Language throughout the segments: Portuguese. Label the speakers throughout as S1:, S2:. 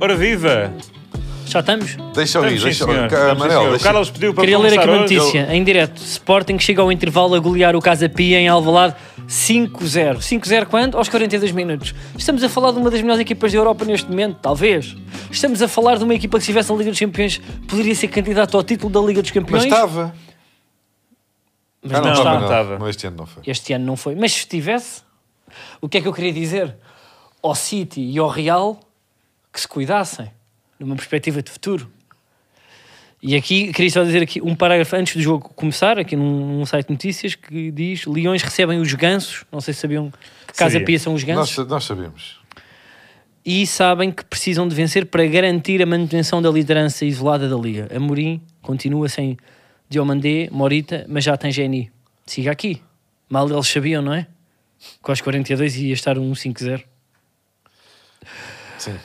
S1: Ora viva!
S2: Já estamos?
S3: Deixa eu ir,
S1: Estamos, sim,
S3: deixa eu
S1: senhor.
S3: ir.
S1: Estamos, sim, senhor.
S3: Manel,
S1: O
S3: deixa
S1: Carlos pediu para
S2: Queria ler aqui
S1: começar
S2: uma
S1: hoje.
S2: notícia em direto. Sporting chega ao intervalo a golear o Casa Pia em Alvalade 5-0. 5-0 quando? Aos 42 minutos. Estamos a falar de uma das melhores equipas da Europa neste momento, talvez. Estamos a falar de uma equipa que se estivesse na Liga dos Campeões poderia ser candidato ao título da Liga dos
S3: Mas
S2: Campeões.
S3: estava.
S2: Mas
S3: Ah,
S2: não
S1: está.
S3: não estava,
S2: está.
S3: não.
S1: estava.
S3: Não, este ano não foi.
S2: Este ano não foi. Mas se estivesse, o que é que eu queria dizer? Ao City e ao Real que se cuidassem, numa perspectiva de futuro. E aqui, queria só dizer aqui um parágrafo antes do jogo começar, aqui num, num site de notícias, que diz Leões recebem os gansos, não sei se sabiam que Casa
S1: Sabia.
S2: Pia são os gansos,
S3: Nós, nós sabemos.
S2: e sabem que precisam de vencer para garantir a manutenção da liderança isolada da Liga. Amorim continua sem Diomandé, Morita, mas já tem Geni. Siga aqui. Mal eles sabiam, não é? Com as 42 ia estar um 5-0.
S3: Sim.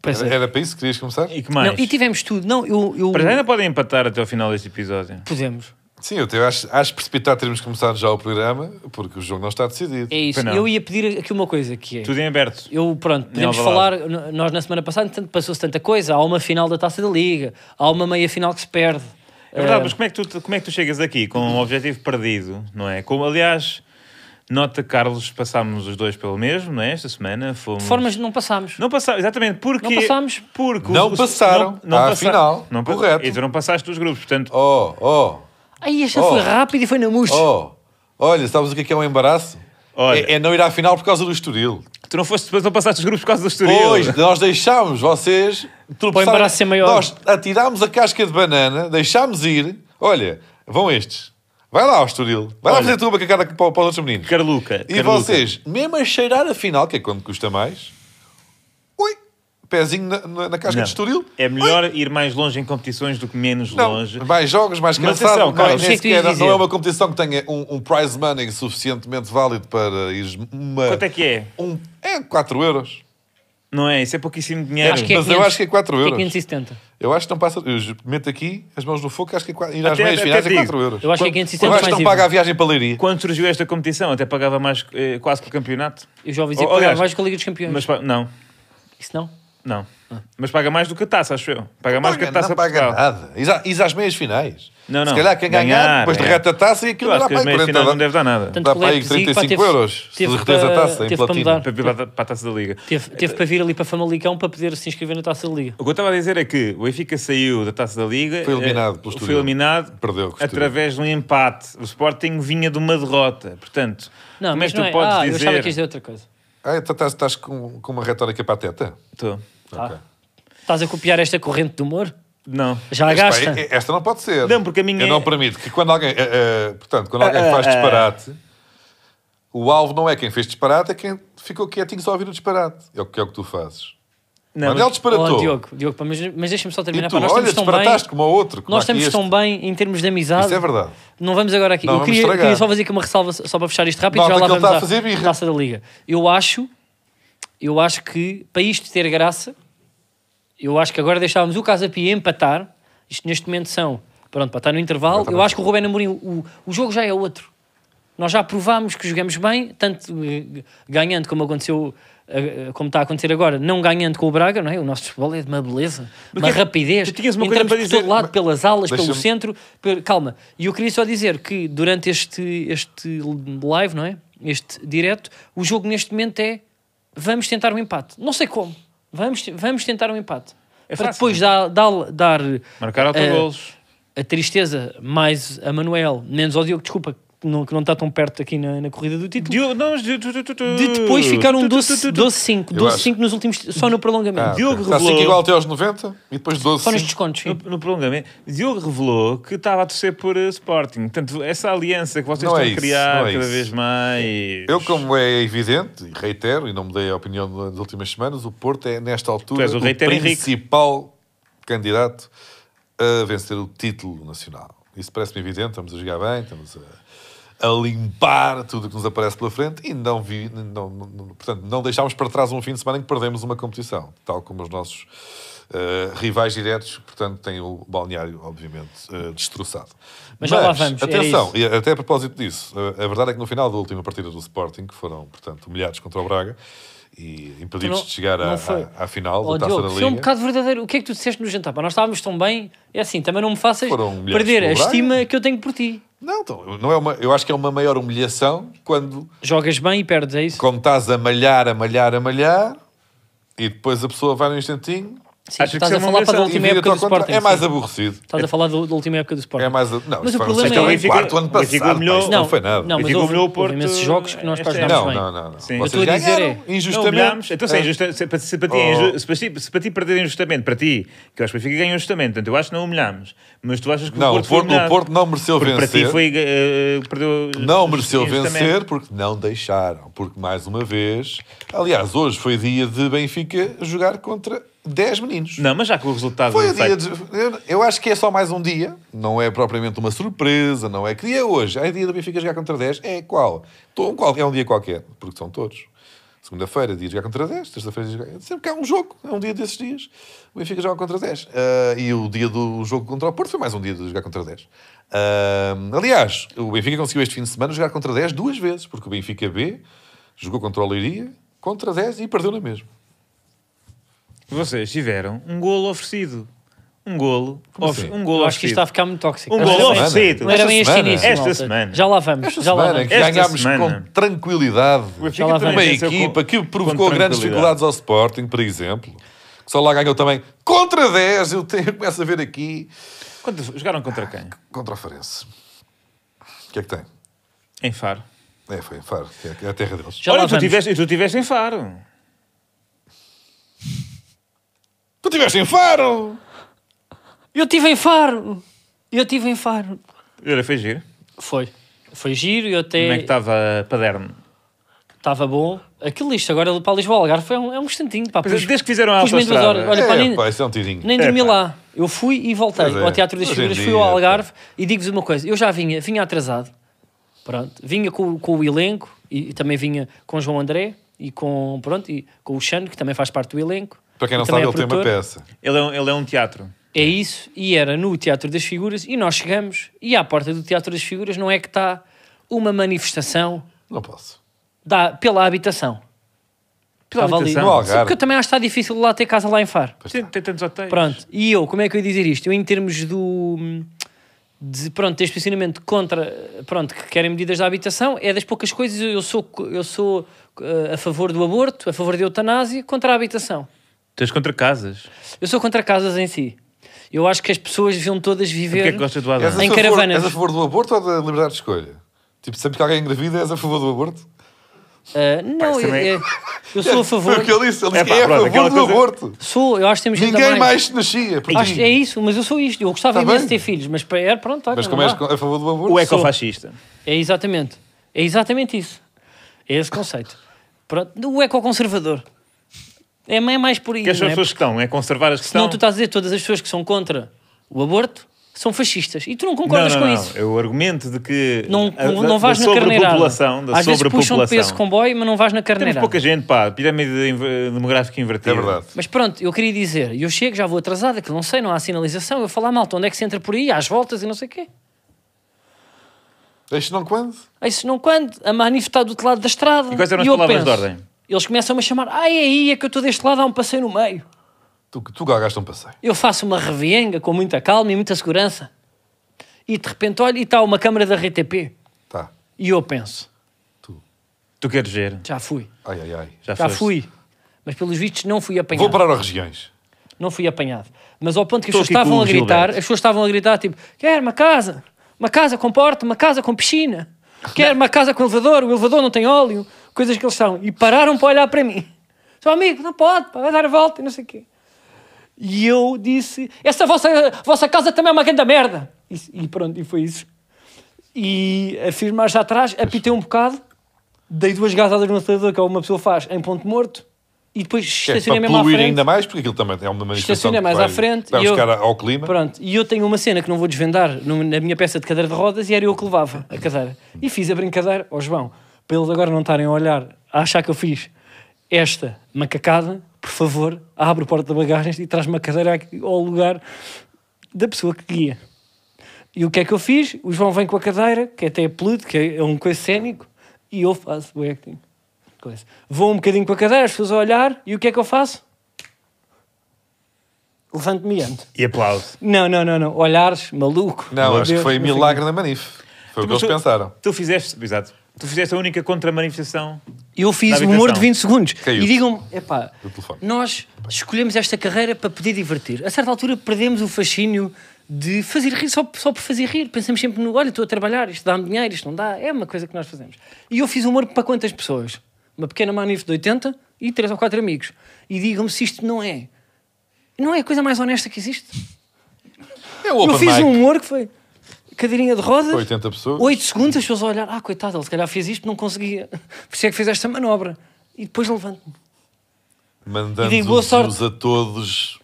S2: Pois
S3: Era,
S2: é.
S3: era para isso que querias começar?
S1: E que mais?
S2: Não, e tivemos tudo. Não, eu, eu...
S1: Para já ainda podem empatar até ao final deste episódio.
S2: Podemos.
S3: Sim, eu te- acho, acho precipitado termos começado já o programa, porque o jogo não está decidido.
S2: É isso.
S1: Pois não.
S2: Eu ia pedir aqui uma coisa que é...
S1: Tudo em aberto.
S2: Eu, pronto, podemos falar.
S1: Alvalade.
S2: n- Nós, na semana passada, tanto- passou-se tanta coisa. Há uma final da taça da Liga, há uma meia final que se perde.
S1: É verdade,
S2: Eh,
S1: mas como é, que tu, como é que tu chegas aqui com um objetivo perdido, não é? Como, aliás, nota Carlos, passámos os dois pelo mesmo, não é? Esta semana fomos...
S2: de formas não passámos.
S1: Não passámos, exatamente, porque...
S2: Não passámos.
S1: Porque
S3: Não passaram à final.
S1: não pa-
S3: Correto.
S1: E tu não passaste dos grupos, portanto...
S3: Oh, oh,
S2: Aí esta
S3: Oh.
S2: foi rápida e foi na murcha.
S3: oh. Olha, sabes o que é que é um embaraço?
S1: Olha.
S3: É, é não ir à final por causa do Estoril.
S1: Tu não foste depois, não passaste os grupos por causa do Estoril.
S3: Pois, nós deixámos vocês... tropeçarem.
S2: embaraço ser maior.
S3: Nós atirámos a casca de banana, deixámos ir. Olha, vão estes. Vai lá ao Estoril. Vai lá
S1: Olha.
S3: fazer tuba com a cara para, para os outros meninos.
S1: Carluca.
S3: E
S1: Carluca.
S3: vocês, mesmo a cheirar a final, que é quando custa mais, ui, pezinho na, na- na casca
S1: Não.
S3: de Estoril.
S1: É melhor ir mais longe em competições do que menos
S3: Não,
S1: longe.
S3: mais jogos, mais
S1: Mas
S3: cansado.
S1: atenção,
S3: não, é,
S1: Carlos,
S3: nem
S2: o que é que tu
S3: sequer-
S2: ias
S3: não é
S2: dizer?
S3: uma competição que tenha um, um prize money suficientemente válido para ires uma.
S1: Quanto é que é?
S3: Um, é 4 euros.
S1: Não é? Isso é pouquíssimo dinheiro.
S2: Acho que é
S3: Mas eu
S2: 500.
S3: acho que é 4
S2: Que é
S3: euros.
S2: 570.
S3: Eu acho que não passa. Eu meto aqui as mãos no fogo, acho que é 4, ir às
S1: Até-
S3: meias
S1: até
S3: finais é
S1: digo.
S3: 4 euros.
S2: Eu acho que é
S3: Quando-
S2: 500
S3: quando acho que
S2: mais
S3: não paga
S2: IVA.
S3: a viagem para Leiria.
S1: Quando surgiu esta competição, até pagava mais eh, quase que o campeonato.
S2: Eu já ouvi dizer
S1: Oh,
S2: que pagava
S1: aliás,
S2: mais que a Liga dos Campeões.
S1: Mas pa- não,
S2: Isso não?
S1: não.
S2: Ah.
S1: Mas paga mais do que a taça, acho eu. Paga é mais do que a taça
S3: não paga
S1: Portugal.
S3: nada. Ires à- Ires às meias finais.
S1: Não, não.
S3: Se calhar quem ganhar,
S1: Ganhar,
S3: depois
S1: é.
S3: derrete a taça e aquilo
S1: Eu acho
S3: dá
S1: que
S3: para
S1: as
S3: aí
S1: meias
S3: 40
S1: finais não deve
S3: dá-
S1: dar nada.
S2: Tanto
S3: Dá para aí
S2: que Leipzig, pá,
S3: 35
S2: teve-
S3: euros, se
S2: teve
S3: derretes a
S2: para-
S3: taça em
S2: teve para
S3: platino.
S2: mudar.
S1: Para, para, para a taça da Liga.
S2: Teve, teve para vir ali para Famalicão para poder se inscrever na taça da Liga.
S1: O que eu estava a dizer é que o Benfica saiu da taça da Liga.
S3: Foi eliminado
S1: eh,
S3: pelo Estoril.
S1: Foi eliminado
S3: Perdeu com o Estoril.
S1: através de um empate. O Sporting vinha de uma derrota. Portanto,
S2: Não,
S1: como é
S2: mas
S1: que
S2: não
S1: tu
S2: é.
S1: podes
S2: ah, eu
S1: dizer.
S2: achava que isto é outra coisa.
S3: Ah, então estás, estás com, com uma retórica pateta?
S1: Tô.
S2: Tá? Estás a copiar esta corrente de humor?
S1: Não.
S2: Já
S3: Mas, pá, é,
S2: gasta.
S3: e- Esta não pode ser.
S1: Não, porque a minha
S3: Eu
S1: é-
S3: não permito que quando alguém... eh, eh, portanto, quando alguém
S1: Ah, ah,
S3: faz
S1: ah, ah.
S3: disparate, o alvo não é quem fez disparate, é quem ficou quietinho só a ouvir o disparate. É o que é o que tu fazes.
S1: Não,
S3: Manel
S1: mas-
S3: disparatou.
S2: Oh, Diogo, Diogo, pá, mas, mas deixa-me só
S3: um e
S2: terminar.
S3: tu,
S2: pá, nós
S3: olha,
S2: estamos tão bem.
S3: disparataste como o outro. como
S2: Nós
S3: aqui
S2: estamos
S3: este.
S2: tão bem em termos de amizade.
S3: Isso é verdade.
S2: Não vamos agora aqui.
S3: Não
S2: eu
S3: vamos
S2: queria,
S3: estragar.
S2: queria só fazer aqui uma ressalva só para fechar isto rápido.
S3: Nota
S2: já lá
S3: que ele
S2: vamos
S3: está a
S2: à
S3: fazer birra.
S2: taça da liga. Eu acho, eu acho que para isto ter graça, eu acho que agora deixávamos o Casa Pia empatar. Isto neste momento são, pronto, para estar no intervalo. Eu acho que o Rubén Amorim, o, o jogo já é outro. Nós já provámos que jogamos bem, tanto eh, ganhando como aconteceu, eh, como está a acontecer agora, não ganhando com o Braga, não é? O nosso futebol é de uma beleza, uma
S3: é
S1: que-
S2: rapidez.
S1: tu tinhas uma coisa
S2: Entramos
S1: para
S2: por
S1: dizer,
S2: todo lado, pelas alas, pelo
S3: Deixa-me-
S2: centro. per- Calma, e eu queria só dizer que durante este, este live, não é? Este direto, o jogo neste momento é vamos tentar um empate. Não sei como, vamos, te- vamos tentar um empate.
S1: É
S2: para
S1: fácil.
S2: depois dar, dar, dar
S1: Marcar
S2: eh,
S1: autogolos.
S2: a tristeza mais a Manuel, menos ao Diogo, desculpa, que não, que não está tão perto aqui na, na corrida do título.
S1: Diogo, não, mas- de
S2: De depois um ficaram 12-5,
S3: Eu
S2: 12-5 nos últimos, só no prolongamento.
S3: Ah,
S1: Diogo
S3: ok. Está
S1: revelou-
S3: 5 igual até aos 90 e depois 12
S2: Só nos
S3: cinco.
S2: descontos.
S1: No,
S2: sim.
S1: no prolongamento, Diogo revelou que estava a torcer por eh, Sporting. Portanto, essa aliança que vocês
S3: Não
S1: estão
S3: é
S1: a
S3: isso,
S1: criar
S3: não é
S1: cada
S3: isso.
S1: vez mais.
S3: Eu, como é evidente, e reitero, e não mudei a opinião das últimas semanas, o Porto é, nesta altura,
S1: és o reitero, Henrique.
S3: principal candidato a vencer o título nacional. Isso parece-me evidente, estamos a jogar bem, estamos a, a limpar tudo o que nos aparece pela frente e não, vi, não, não- não- portanto, não deixámos para trás um fim de semana em que perdemos uma competição, tal como os nossos eh, rivais diretos, portanto, têm o balneário, obviamente, eh, destroçado.
S2: Mas já lá vamos, era
S3: Atenção,
S2: isso.
S3: e até é a propósito disso, a a verdade é que no final da última partida do Sporting, que foram, portanto, humilhados contra o Braga, e
S2: Tu
S3: impedidos
S2: não-
S3: de chegar à,
S2: não foi-
S3: à- à final
S2: Oh,
S3: da Taça
S2: Diogo,
S3: da
S2: isso é um
S3: Liga.
S2: bocado verdadeiro. O que é que tu disseste no jantar? Pá, nós estávamos tão bem. É assim, também não me faças
S3: Foram humilhados
S2: perder
S3: pelo
S2: a
S3: Braga.
S2: estima que eu tenho por ti.
S3: Não, então, não é uma, eu acho que é uma maior humilhação quando
S2: Jogas bem e perdes, é isso?
S3: como estás a malhar, a malhar, a malhar e depois a pessoa vai num instantinho
S2: Sim,
S1: Acho
S2: tu
S1: que
S2: estás
S1: isso
S2: a
S1: é uma
S2: falar para da
S1: humilhação.
S2: última
S3: e vira-te
S2: época
S3: ao
S2: do Sporting.
S3: contrário. é mais
S2: sim.
S3: aborrecido.
S2: Estás a falar do- da última época do Sporting.
S3: É mais a- não,
S2: Mas o
S3: isso foi
S2: problema é-
S3: no sexto- quarto ano
S1: Mas fica
S3: passado.
S1: melhor-
S3: Não, não foi nada.
S2: Não,
S1: E
S2: mas
S1: ficou
S2: houve-
S1: melhor o
S2: houve
S1: Porto é
S2: imensos jogos que nós
S1: esta
S2: fazemos
S1: época.
S3: não,
S2: bem.
S3: não, não, não.
S1: Sim.
S2: Eu estou
S3: Vocês
S2: a dizer
S3: ganharam
S2: é-
S1: Não, humilhámos.
S3: injustamente. Ah.
S1: Então, se, é injusta, se, para- se para ti é
S3: Oh.
S1: inju- se para ti- se para ti perder é injustamente, para ti, que eu acho que o Benfica ganhou injustamente, portanto eu acho que não humilhámos. Mas tu achas que
S3: Não,
S1: o Porto, foi
S3: o
S1: humilhado?
S3: Porto não mereceu
S1: Porque Para
S3: vencer.
S1: ti foi, eh, perdeu
S3: não mereceu
S1: injustamente.
S3: vencer porque não deixaram. Porque, mais uma vez, aliás, hoje foi dia de Benfica jogar contra 10 meninos.
S1: Não, mas já que o resultado
S3: Foi o
S1: feito-
S3: dia de... eu- Eu acho que é só mais um dia. Não é propriamente uma surpresa, não é? Que dia é hoje? É dia do Benfica jogar contra 10? É qual? Tô- um qual- É um dia qualquer, porque são todos. Segunda-feira, dia de jogar contra 10. Terça-feira, dia de jogar... Sempre que há um jogo, é um dia desses dias. O Benfica joga contra 10. Ah, e o dia do jogo contra o Porto foi mais um dia de jogar contra 10. Ah, aliás, o Benfica conseguiu este fim de semana jogar contra 10 duas vezes, porque o Benfica B jogou contra o Leiria, contra 10 e perdeu na mesma.
S1: Vocês tiveram um golo oferecido. Um golo,
S3: Como
S1: ofe-
S3: assim?
S1: um
S2: Eu
S1: golo
S2: acho que
S1: oferecido.
S2: isto está a ficar muito tóxico.
S1: Um
S2: Não era
S1: gol
S2: bem-
S1: oferecido.
S2: Não era
S3: Esta
S2: bem este
S3: semana.
S2: início,
S1: Esta
S2: malta.
S1: semana.
S2: Já lá vamos.
S3: Esta
S2: já lá
S3: semana
S2: vamos.
S3: que
S1: Esta
S3: ganhámos
S1: semana.
S3: com tranquilidade.
S1: O Benfica
S2: Já lá
S1: também
S3: Uma
S1: venceu com-
S3: equipa que
S1: com
S3: provocou grandes
S1: tranquilidade.
S3: dificuldades ao Sporting, por exemplo, que só lá ganhou também contra 10. Eu, tenho, eu começo a ver aqui
S1: Contra- jogaram contra quem?
S3: contra o Farense. O que é que tem?
S1: Em Faro.
S3: É, foi Faro, que é- que é a terra deles.
S2: Já lá
S1: Olha, tu
S2: vamos.
S1: tiveste, e tu tiveste em Faro.
S3: Tu estiveste em Faro!
S2: Eu estive em Faro. Eu estive em Faro.
S1: Olha, foi giro.
S2: Foi. Foi giro, eu até...
S1: Como é que estava a Paderno?
S2: Estava bom. Aquilo isto agora para Lisboa ao Algarve foi um, é um instantinho. Pá,
S1: Pois é, desde que fizeram a
S2: pus-me em duas
S1: autoestrada.
S2: horas. Olha, pá,
S3: é,
S2: nem,
S3: pá, isso é um tirinho.
S2: nem dormi
S1: É, pá.
S2: lá. Eu fui e voltei
S3: Pois é.
S2: ao Teatro das
S3: Hoje em
S2: Figuras, fui
S3: dia,
S2: ao
S3: pá.
S2: Algarve e digo-vos uma coisa: eu já vinha, vinha atrasado. Pronto, vinha com, com o elenco e, e também vinha com João André e com, pronto, e com o Xano, que também faz parte do elenco.
S3: Para quem não
S2: que também
S3: sabe,
S2: é
S3: ele tem uma
S2: produtor.
S3: peça.
S1: Ele é um, ele é um teatro.
S2: É isso, e era no Teatro das Figuras, e nós chegamos, e à porta do Teatro das Figuras não é que está uma manifestação
S3: Não posso.
S2: da, pela habitação.
S1: Pela
S2: Estava ali.
S1: habitação.
S3: No
S2: Sim, porque
S3: Algarve.
S2: eu também acho que está difícil lá ter casa lá em Faro.
S1: Tem, tem tantos hotéis.
S2: Pronto, e eu, como é que eu ia dizer isto? Eu, em termos do. De, pronto, deste posicionamento contra. Pronto, que querem medidas da habitação, é das poucas coisas. Eu sou, co- eu sou eh, a favor do aborto, a favor da eutanásia, contra a habitação.
S1: Tens contra casas.
S2: Eu sou contra casas em si. Eu acho que as pessoas deviam todas
S1: O que é
S2: viver.
S1: que gostas do Adam?
S3: És a,
S2: Em
S3: favor,
S2: caravanas.
S3: és a favor do aborto ou da liberdade de escolha? Tipo, sempre que alguém engravida, és a favor do aborto?
S2: Ah, não,
S1: Parece
S2: eu,
S1: também-
S2: eu- eu sou a favor.
S3: Foi o que ele disse. Ele disse
S1: É,
S3: que
S1: pá,
S3: é a
S1: pronto,
S3: favor
S1: aquela
S3: do
S1: coisa-
S3: aborto.
S2: Sou, eu acho que temos que
S3: Ninguém
S2: andar
S3: mais nascia. por
S2: Acho-
S3: ti.
S2: é isso, mas eu sou isto. Eu gostava
S3: Tá
S2: imenso
S3: bem.
S2: de ter filhos, mas para- era pronto. olha,
S3: Mas
S2: não
S3: como és
S2: dá.
S3: a favor do aborto?
S1: O ecofascista.
S2: É exatamente. É exatamente isso. É esse conceito. Pronto, o ecoconservador. É ma- é mais por aí.
S1: Que as
S2: Não é?
S1: pessoas que estão, é conservar as que
S2: Senão
S1: estão.
S2: tu tá estás a dizer todas as pessoas que são contra o aborto são fascistas. E tu não
S1: não,
S2: concordas
S1: não,
S2: com
S1: não.
S2: isso.
S1: É o argumento de que
S2: Não,
S1: a-
S2: não,
S1: da-
S2: não vais
S1: da
S2: na carneirada.
S1: sobrepopulação, da
S2: Às vezes puxam de peso
S1: sobrepopulação.
S2: comboio, mas não vais na
S1: Temos
S2: carneirada.
S1: pouca gente, pá. Pirâmide inver- demográfica invertida.
S3: É verdade.
S2: Mas pronto, eu queria dizer, eu chego, já vou atrasado, aquilo não sei, não há sinalização, eu falo, ah, malta, onde é que se entra por aí, às voltas e não sei o quê.
S3: Este não quando?
S2: Aí senão quando? A Manif está do outro lado da estrada.
S1: E quais eram as
S2: eu
S1: palavras
S2: penso,
S1: de ordem?
S2: Eles começam-me a chamar, ai, aí é que eu estou deste lado, há um passeio no meio.
S3: Tu, tu gagaste um passeio.
S2: Eu faço uma revenga com muita calma e muita segurança. E de repente olho e está uma câmara da RTP.
S3: Tá.
S2: E eu penso,
S1: Tu queres ver?
S2: já fui,
S3: Ai, ai, ai.
S1: Já,
S2: já
S1: foste.
S2: fui. Mas pelos vistos não fui apanhado.
S3: Vou parar às regiões.
S2: Não fui apanhado. Mas ao ponto que as
S1: Estou aqui
S2: pessoas
S1: com
S2: estavam
S1: o
S2: a gritar,
S1: Gilberto.
S2: as pessoas estavam a gritar tipo, quer uma casa, uma casa com porta, uma casa com piscina, quer uma casa com elevador, o elevador não tem óleo, coisas que eles são. E pararam para olhar para mim. Só amigo, não pode, pá, vai dar a volta e não sei o quê. E eu disse, essa vossa, vossa casa também é uma grande merda. E, e pronto, e foi isso. E a fiz marcha atrás, apitei um bocado, dei duas gasadas no acelerador, que é uma pessoa faz, em ponto morto, e depois
S3: Que é
S2: estacionei
S3: para
S2: mesmo à
S3: poluir
S2: frente.
S3: ainda mais, porque aquilo também é uma manifestação
S2: Estaciona
S3: que
S2: mais
S3: vai-
S2: à frente
S3: vai
S2: e eu-
S3: buscar ao clima.
S2: Pronto, e eu tenho uma cena que não vou desvendar no- na minha peça de cadeira de rodas e era eu que levava a cadeira. E fiz a brincadeira ao João, para eles agora não estarem a olhar, a achar que eu fiz esta macacada, por favor, abre o porta de bagagens e traz-me a cadeira aqui ao lugar da pessoa que guia. E o que é que eu fiz? O João vem com a cadeira, que até é peludo, que é um coisa cénico, e eu faço o acting. coisa. Vou um bocadinho para a cadeira, as pessoas a olhar, e o que é que eu faço? Levanto-me e ando.
S1: E aplauso.
S2: Não, não, não, não. Olhares, maluco.
S3: Não,
S2: Meu
S3: acho
S2: Deus,
S3: que foi
S2: não sei
S3: milagre na Manif. Foi o que
S1: Mas
S3: eles
S1: tu-
S3: pensaram.
S1: Tu fizeste, exato, tu fizeste a única contra-manifestação.
S2: Eu fiz
S1: Da
S2: um humor de
S1: habitação.
S2: 20 segundos.
S3: Caiu-te.
S2: E digam-me, epá,
S3: Do telefone.
S2: nós escolhemos esta carreira para poder divertir. A certa altura perdemos o fascínio de fazer rir só, só por fazer rir. Pensamos sempre no, olha, estou a trabalhar, isto dá-me dinheiro, isto não dá. É uma coisa que nós fazemos. E eu fiz humor para quantas pessoas? Uma pequena manif de 80 e três ou quatro amigos. E digam-me se isto não é. Não é a coisa mais honesta que existe.
S3: É o Open
S2: eu fiz
S3: Mic.
S2: um humor que foi cadeirinha de rodas.
S3: 80 pessoas.
S2: 8 segundos, as pessoas a olhar, ah, coitado, ele se calhar fez isto, não conseguia. Por isso é que fez esta manobra. E depois levanto-me.
S3: Mandando
S2: E digo, boa
S3: os
S2: sorte.
S3: views a todos.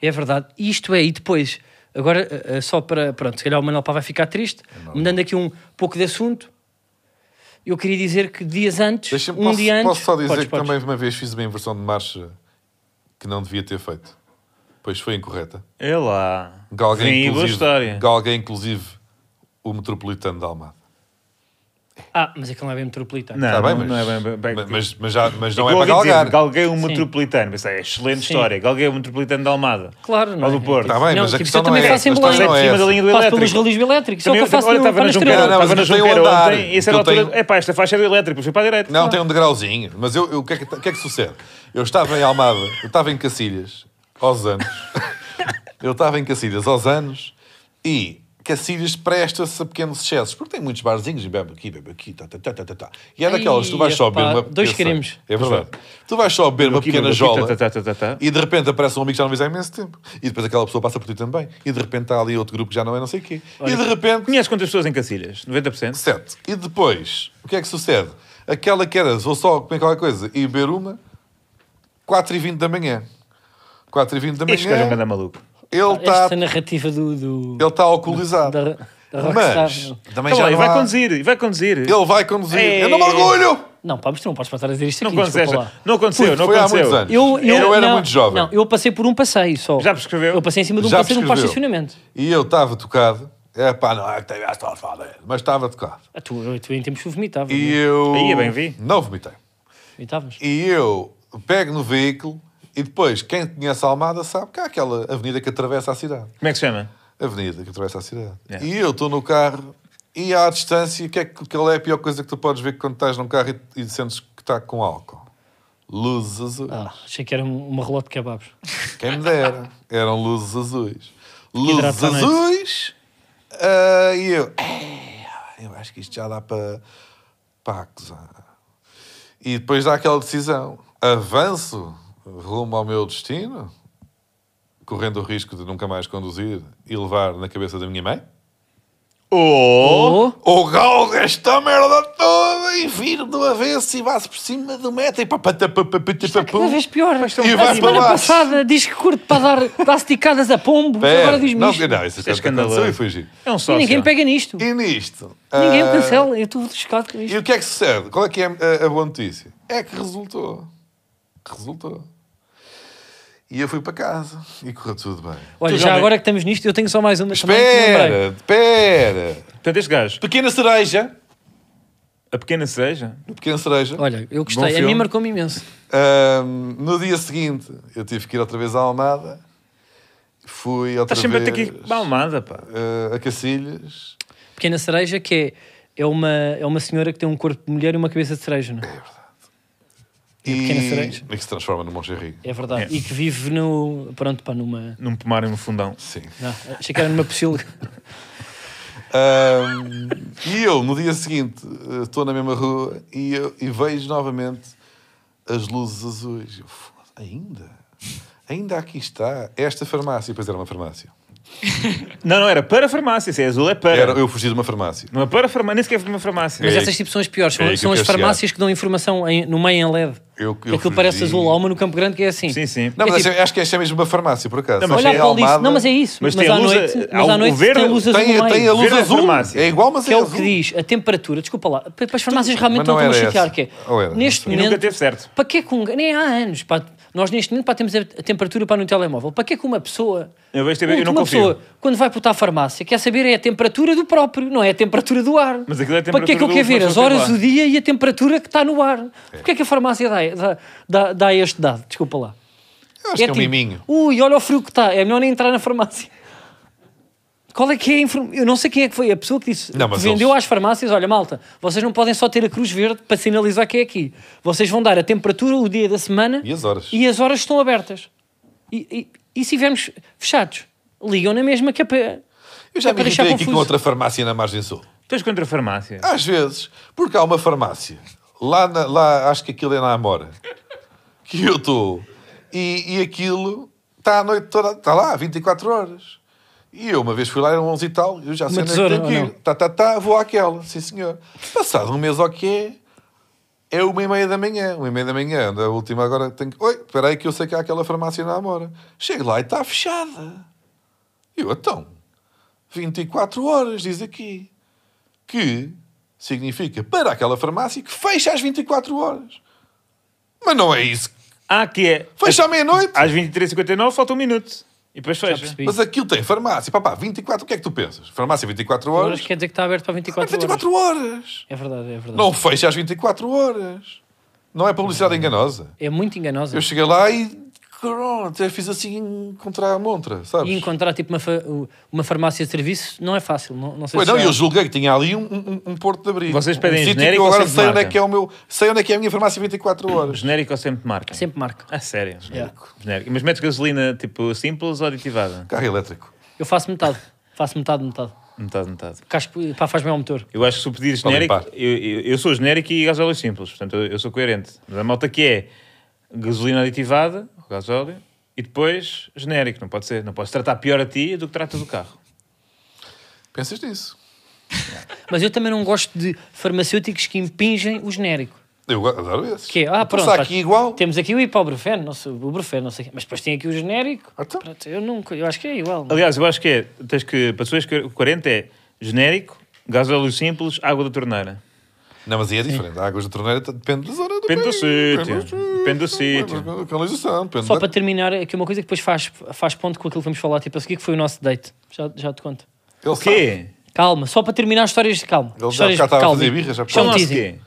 S2: É verdade. E Isto é, e depois, agora, eh, eh, só para, pronto, se calhar o Manuel Pá vai ficar triste,
S3: É
S2: mudando aqui um pouco de assunto, eu queria dizer que dias antes,
S3: Deixa-me,
S2: um
S3: posso,
S2: dia antes...
S3: posso só dizer
S2: Podes,
S3: que
S2: podes.
S3: também uma vez fiz uma inversão de marcha que não devia ter feito. Pois foi incorreta.
S1: É lá.
S3: Que alguém,
S1: Vem aí boa
S3: inclusive,
S1: história.
S3: que alguém, inclusive, o metropolitano de Almada.
S2: Ah, mas aquilo não é bem metropolitano.
S1: Não,
S3: Está bem,
S1: não,
S3: mas,
S1: não é bem- bem-
S3: mas, mas, mas já, mas não
S1: Eu
S3: é para
S1: ouvi dizer,
S3: galgar.
S1: Galguei um metropolitano. Pensei, é excelente
S2: Sim.
S1: história. Galguei um metropolitano de Almada.
S2: Claro, não
S1: Ou do
S2: é?
S1: Porto.
S3: Está bem,
S2: Não,
S3: mas a
S2: tipo,
S3: questão
S2: eu
S3: não é
S2: também faço
S3: essa.
S2: em
S3: A questão
S2: Belém.
S3: não é
S1: Em cima da
S3: essa.
S1: linha do
S2: Passo pelos
S1: elétrico.
S2: relógios elétricos, é o
S1: Também
S2: que eu
S1: eu-
S2: faço
S1: olha,
S2: no
S1: estava
S2: Pá
S1: na
S2: na
S1: Junqueira,
S2: Estrela.
S3: Não, não,
S1: estava
S3: mas
S1: na
S3: eu tenho
S1: Junqueira
S3: andar.
S1: ontem e a certa
S3: Eu tenho-
S1: altura, epá, esta faixa é do elétrico, fui para a direita.
S3: Não, tem um degrauzinho. Mas eu, eu- o, que é que, o que é que sucede? Eu estava em Almada, eu estava em Cacilhas, aos anos. Eu estava em Cacilhas, aos anos, e Cacilhas presta-se a pequenos excessos, porque tem muitos barzinhos, e bebe aqui, bebe aqui, tá, tá, tá, tá, tá, tá. E é
S2: Ai,
S3: daquelas, tu vais só
S2: epá,
S3: beber uma...
S2: dois
S3: eu sei,
S2: queremos.
S3: É verdade. Tu vais só beber uma
S1: aqui,
S3: pequena
S1: bebe aqui,
S3: jola,
S1: tá, tá, tá, tá, tá.
S3: e de repente aparece um amigo que já não vês há imenso tempo. E depois aquela pessoa passa por ti também. E de repente está ali outro grupo que já não é não sei o quê. E de repente...
S1: Conheces quantas pessoas em Cacilhas? 90%?
S3: Certo. E depois, o que é que sucede? Aquela que era, vou só comer qualquer coisa e beber uma, 4h20 da manhã. 4h20 da
S1: Este gajo é um
S3: manhã,
S1: grande maluco.
S3: ele está
S2: Esta narrativa do... do-
S3: ele tá alcoolizado.
S2: da, da Rockstar.
S3: Mas, também
S1: Então,
S3: já
S1: olha,
S3: não
S1: vai
S3: há-
S1: conduzir, É. e vai conduzir.
S3: Ele vai conduzir.
S1: Ei.
S3: Eu não me orgulho!
S2: Não, pá, mas tu não podes passar a dizer isto
S1: Não
S2: aqui,
S1: aconteceu,
S2: desculpa lá.
S1: não aconteceu,
S3: Puto,
S1: não
S3: foi há
S1: aconteceu.
S3: muitos anos.
S2: Eu, eu,
S3: Eu era
S2: não,
S3: muito jovem.
S2: Não, eu passei por um passeio só.
S1: Já prescreveu?
S2: Eu passei em cima de um
S3: Já
S2: passeio num par de
S3: prescreveu.
S2: estacionamento.
S3: E eu estava tocado. É pá, não é que tem a falar, mas estava tocado.
S2: Ah, tu, eu- tu em tempos tu vomitavas.
S3: E
S2: não é?
S3: eu.
S1: Aí, bem vi.
S3: Não vomitei.
S2: Vomitavas.
S3: E eu pego no veículo e depois, quem conhece a Almada sabe que há aquela avenida que atravessa a cidade.
S1: Como é que se chama?
S3: avenida que atravessa a cidade.
S1: Yeah.
S3: E eu estou no carro e à distância, o que é que qual é a pior coisa que tu podes ver quando estás num carro e, e sentes que está com álcool? Luzes uh, azuis.
S2: Ah, achei que era um- uma relógio de kebabs.
S3: Quem me dera. Eram luzes azuis. Luzes
S2: hidrata à noite.
S3: azuis. ah, e eu. "Ei, Eu acho que isto já dá para. para acusar. E depois dá aquela decisão. Avanço rumo ao meu destino, correndo o risco de nunca mais conduzir e levar na cabeça da minha mãe.
S1: Oh!
S2: Oh,
S3: O galgo esta merda toda e vira do avesso e vai-se por cima do meta e
S2: é cada
S3: papatapapatapapum.
S2: vez pior. A
S3: oh. E vai para
S2: semana
S3: baixo.
S2: passada diz que curto para dar, dar esticadas a pombo. Agora diz-me
S3: não,
S2: isto.
S3: não, isso
S1: é
S3: é escandaloso.
S1: escandaloso.
S3: E fugir.
S1: É um
S2: E
S1: sócio.
S2: ninguém pega nisto.
S3: assim. E nisto?
S2: Ninguém
S3: ah,
S2: me cancela. Eu estou chocado com
S3: E
S2: isto.
S3: o que é que sucede? Qual é que é a, a boa notícia? É que resultou. Resultou. E eu fui para casa e correu tudo bem.
S2: Olha,
S1: tu
S2: já
S1: já me-
S2: agora que estamos nisto, eu tenho só mais uma. também que me lembrei.
S3: Espera, espera.
S1: Portanto, este gajo,
S3: Pequena cereja.
S1: a pequena seja,
S3: No Pequena cereja.
S2: Olha, eu
S3: Bom
S2: gostei. A
S3: filme.
S2: mim marcou-me imenso.
S3: Ahm, no dia seguinte, eu tive que ir outra vez à Almada. Fui outra
S1: estás tá sempre a
S3: vez
S1: ter que ir para a Almada, pá.
S3: ah, a Cacilhas.
S2: Pequena cereja que é, é, uma, é uma senhora que tem um corpo de mulher e uma cabeça de cereja, não é?
S3: E,
S2: Pequena Cereja.
S3: e que se transforma no Moncherry.
S2: É verdade.
S1: É.
S2: E que vive no. Pronto, pá, numa.
S1: Num pomar e num fundão.
S3: Sim.
S2: Não, achei que era numa pocilga.
S3: Ahm, e eu, no dia seguinte, eh, estou na mesma rua e, eu- e vejo novamente as luzes azuis. Eu, "Foda, ainda? Ainda aqui está. Esta farmácia. Pois era uma farmácia.
S1: Não, não, era para a farmácia. Se é azul, é para.
S3: Era, eu fugi de uma farmácia.
S1: Não é para a farmácia, nem sequer foi uma farmácia. assim,
S2: Mas
S3: É.
S2: essas tipo são as piores. São,
S3: É aí que
S2: são
S3: eu
S2: as
S3: quero
S2: farmácias que dão informação em- no meio em LED.
S3: Eu- eu
S2: que aquilo
S3: fugi.
S2: parece azul. Há uma no Campo Grande que é assim.
S1: Sim, sim.
S3: Não,
S2: É
S3: mas
S2: tipo-
S3: acho- acho que esta é mesmo uma farmácia, por acaso.
S1: Não, mas
S3: Acho
S2: Olha
S3: que
S2: para ali.
S3: Almada.
S2: Não, mas é isso.
S1: Mas
S2: Mas,
S1: tem a
S2: à
S1: luz-
S2: noite,
S1: há
S2: mas
S1: o
S2: à noite
S1: verde-
S2: tem luz azul
S3: Tem,
S2: no meio.
S3: tem a luz
S1: Verde é
S3: azul.
S1: farmácia.
S3: É igual, mas
S2: que
S3: é,
S2: é o
S3: azul.
S2: que diz a temperatura, desculpa lá, para para as farmácias realmente
S3: mas não
S2: estão a
S3: era
S2: chatear
S3: essa.
S2: que é,
S3: Ou era, não
S2: neste
S3: sei.
S1: E nunca
S2: momento,
S1: teve certo.
S2: para que é que um, nem há anos, pá, Nós neste momento pá, temos a a temperatura para no telemóvel. Para que é que uma pessoa.
S1: Eu vejo TV, eu
S2: Puto,
S1: não
S2: uma
S1: confio.
S2: pessoa, quando vai botar a farmácia, quer saber é a temperatura do próprio, não é a temperatura do ar.
S1: Mas aquilo é a
S2: Para que é que eu
S1: temperatura do-
S2: quero ver
S1: mas
S2: as
S1: não sei
S2: horas
S1: lá.
S2: do dia e a temperatura que está no ar? Porquê é que a farmácia dá, dá, dá, dá este dado? Desculpa lá.
S3: Eu acho que é um
S2: tipo,
S3: miminho.
S2: Ui, olha o frio que está. É melhor nem entrar na farmácia. Qual é que é a inform... Eu não sei quem é que foi a pessoa que disse.
S3: Não,
S2: que
S3: mas
S2: vendeu às
S3: eles-
S2: farmácias: olha, malta, vocês não podem só ter a cruz verde para sinalizar que é aqui. Vocês vão dar a temperatura, o dia da semana
S3: E as horas.
S2: E as horas estão abertas. E, e- e se estivermos fechados, ligam na mesma que é para.
S3: Eu já
S2: é
S3: me
S2: para deixar
S3: irritei aqui com
S2: confuso.
S3: outra farmácia na margem sul.
S1: Tu és contra a farmácia.
S3: Às vezes, porque há uma farmácia, lá, na- lá acho que aquilo é na Amora, que eu estou, e, e aquilo está à noite toda, está lá, 24 horas. E eu uma vez fui lá, eram 11 e tal, eu já sei onde é que
S2: tesoura,
S3: tenho que
S2: ou
S3: ir.
S2: não?
S3: Tá, tá, tá, vou àquela, sim senhor. Passado um mês ou quê, é uma e meia da manhã, uma e meia da manhã, a última agora tenho que... Oi, espera aí que eu sei que há aquela farmácia na Amora. Chego lá e está fechada. Eu, então, 24 horas, diz aqui que significa para aquela farmácia que fecha às 24 horas. Mas não é isso.
S1: Ah, que é.
S3: Fecha à meia-noite.
S1: Às 23h59 falta um minuto. E depois fecha.
S2: percebi.
S3: Mas aquilo tem farmácia. Papá, 24, o que é que tu pensas? Farmácia 24 horas?
S2: Horas quer dizer que está aberto para 24,
S3: 24 horas.
S2: horas. É verdade, é verdade.
S3: Não fecha às 24 horas. Não é publicidade enganosa.
S2: É muito enganosa.
S3: Eu cheguei lá e caramba, até fiz assim contra a montra, sabes?
S2: E encontrar tipo uma, fa- uma farmácia de serviço não é fácil. Não, não sei
S3: Ué,
S2: se
S3: não,
S2: já-
S3: eu julguei que tinha ali um, um- um porto de abrigo.
S1: Vocês pedem
S3: um sítio
S1: genérico
S3: que eu
S1: ou
S3: agora
S1: sem
S3: sei onde, é
S1: marca?
S3: que é o meu, sei onde é que é a minha farmácia 24 horas.
S1: Genérico ou sempre de marca?
S2: Sempre marco.
S1: A sério. Genérico. Genérico. Mas metes gasolina tipo simples ou aditivada?
S3: Carro elétrico.
S2: Eu faço metade. faço metade, metade.
S1: Metade, metade.
S2: Casco, pá, faz bem ao motor.
S1: Eu acho que se eu pedir
S3: Para
S1: genérico,
S3: limpar.
S1: eu, eu, eu sou genérico e gasóleo é simples, portanto eu, eu sou coerente. Mas a malta que é gasolina aditivada, o gasóleo, e depois genérico, não pode ser. Não podes tratar pior a ti do que tratas o carro.
S3: Pensas nisso?
S2: Mas eu também não gosto de farmacêuticos que impingem o genérico.
S3: Eu go- adoro esses.
S2: Que é, ah,
S3: Então,
S2: pronto.
S3: se há
S2: pá,
S3: aqui igual.
S2: Temos aqui o ibuprofeno, não sei, o brufeno, não sei, o quê. mas depois tem aqui o genérico.
S3: Ah, então.
S2: Pronto, eu nunca, eu acho que é igual.
S1: Aliás, eu acho que é, tens que, para pessoas que 40 é genérico, gasóleo simples, água da torneira.
S3: Não, mas aí é diferente. A água da torneira tá- depende da zona do
S1: Depende do
S3: país,
S1: sítio, depende do sítio.
S3: Depende da canalização. Depende
S2: Só
S3: da...
S2: para terminar, aqui uma coisa que depois faz, faz ponto com aquilo que vamos falar, tipo a seguir, que foi o nosso date. Já, já te conto.
S3: Ele
S1: O quê?
S2: Calma, só para terminar as histórias de calma.
S3: Ele já
S2: histórias
S3: cá
S2: de
S3: estava a
S2: calma.
S3: fazer birra, já
S1: Só
S2: Chão
S1: não
S2: teasing.
S1: sei quê.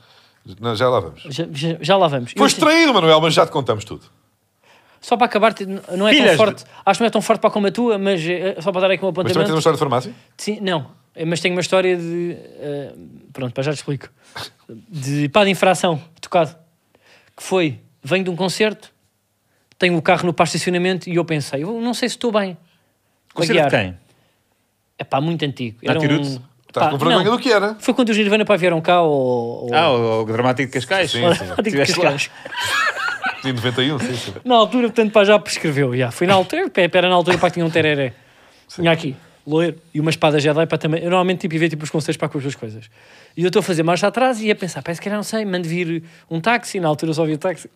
S3: sabe. Não, já lá vamos.
S2: já, já, já lá vamos. Eu
S3: Foste
S2: te-
S3: traído, Manuel, mas já te contamos tudo.
S2: Só para acabar, te- não
S1: Filhas
S2: é
S1: de-
S2: tão forte, acho que não é tão forte para como a tua, mas eh, só para dar aqui um
S3: Mas também tens
S2: apontamento.
S3: uma história de farmácia?
S2: Sim, não, Eh, mas tenho uma história de. eh, pronto, pá, já te explico. De pá de infração, tocado. Que foi, venho de um concerto, tenho o carro no par de estacionamento e eu pensei, eu não sei se estou bem. para
S1: Conselho de
S2: guiar.
S1: quem?
S2: É pá, muito antigo.
S1: Na
S2: Era
S1: Tirute?
S2: um...
S3: Estás
S2: pá,
S3: com vergonha
S2: não.
S3: do que era.
S2: Foi quando os Nirvana pá vieram cá ou... ou...
S1: Ah, o, o dramático de Cascais?
S3: Sim, sim.
S2: Digo
S1: Estiveste lá.
S2: Cascais.
S3: Em 91, sim, sim.
S2: Na altura, portanto, pá, já prescreveu. Já. Foi na altura, pá, era na altura, pá, que tinha um tereré. Tinha aqui, loiro, e uma espada Jedi, pá, também. Eu normalmente, tipo, ia ver, tipo, os conselhos, pá, com as duas coisas. E eu estou a fazer marcha atrás e ia pensar, parece que era, não sei, mando vir um táxi, na altura eu só via táxi.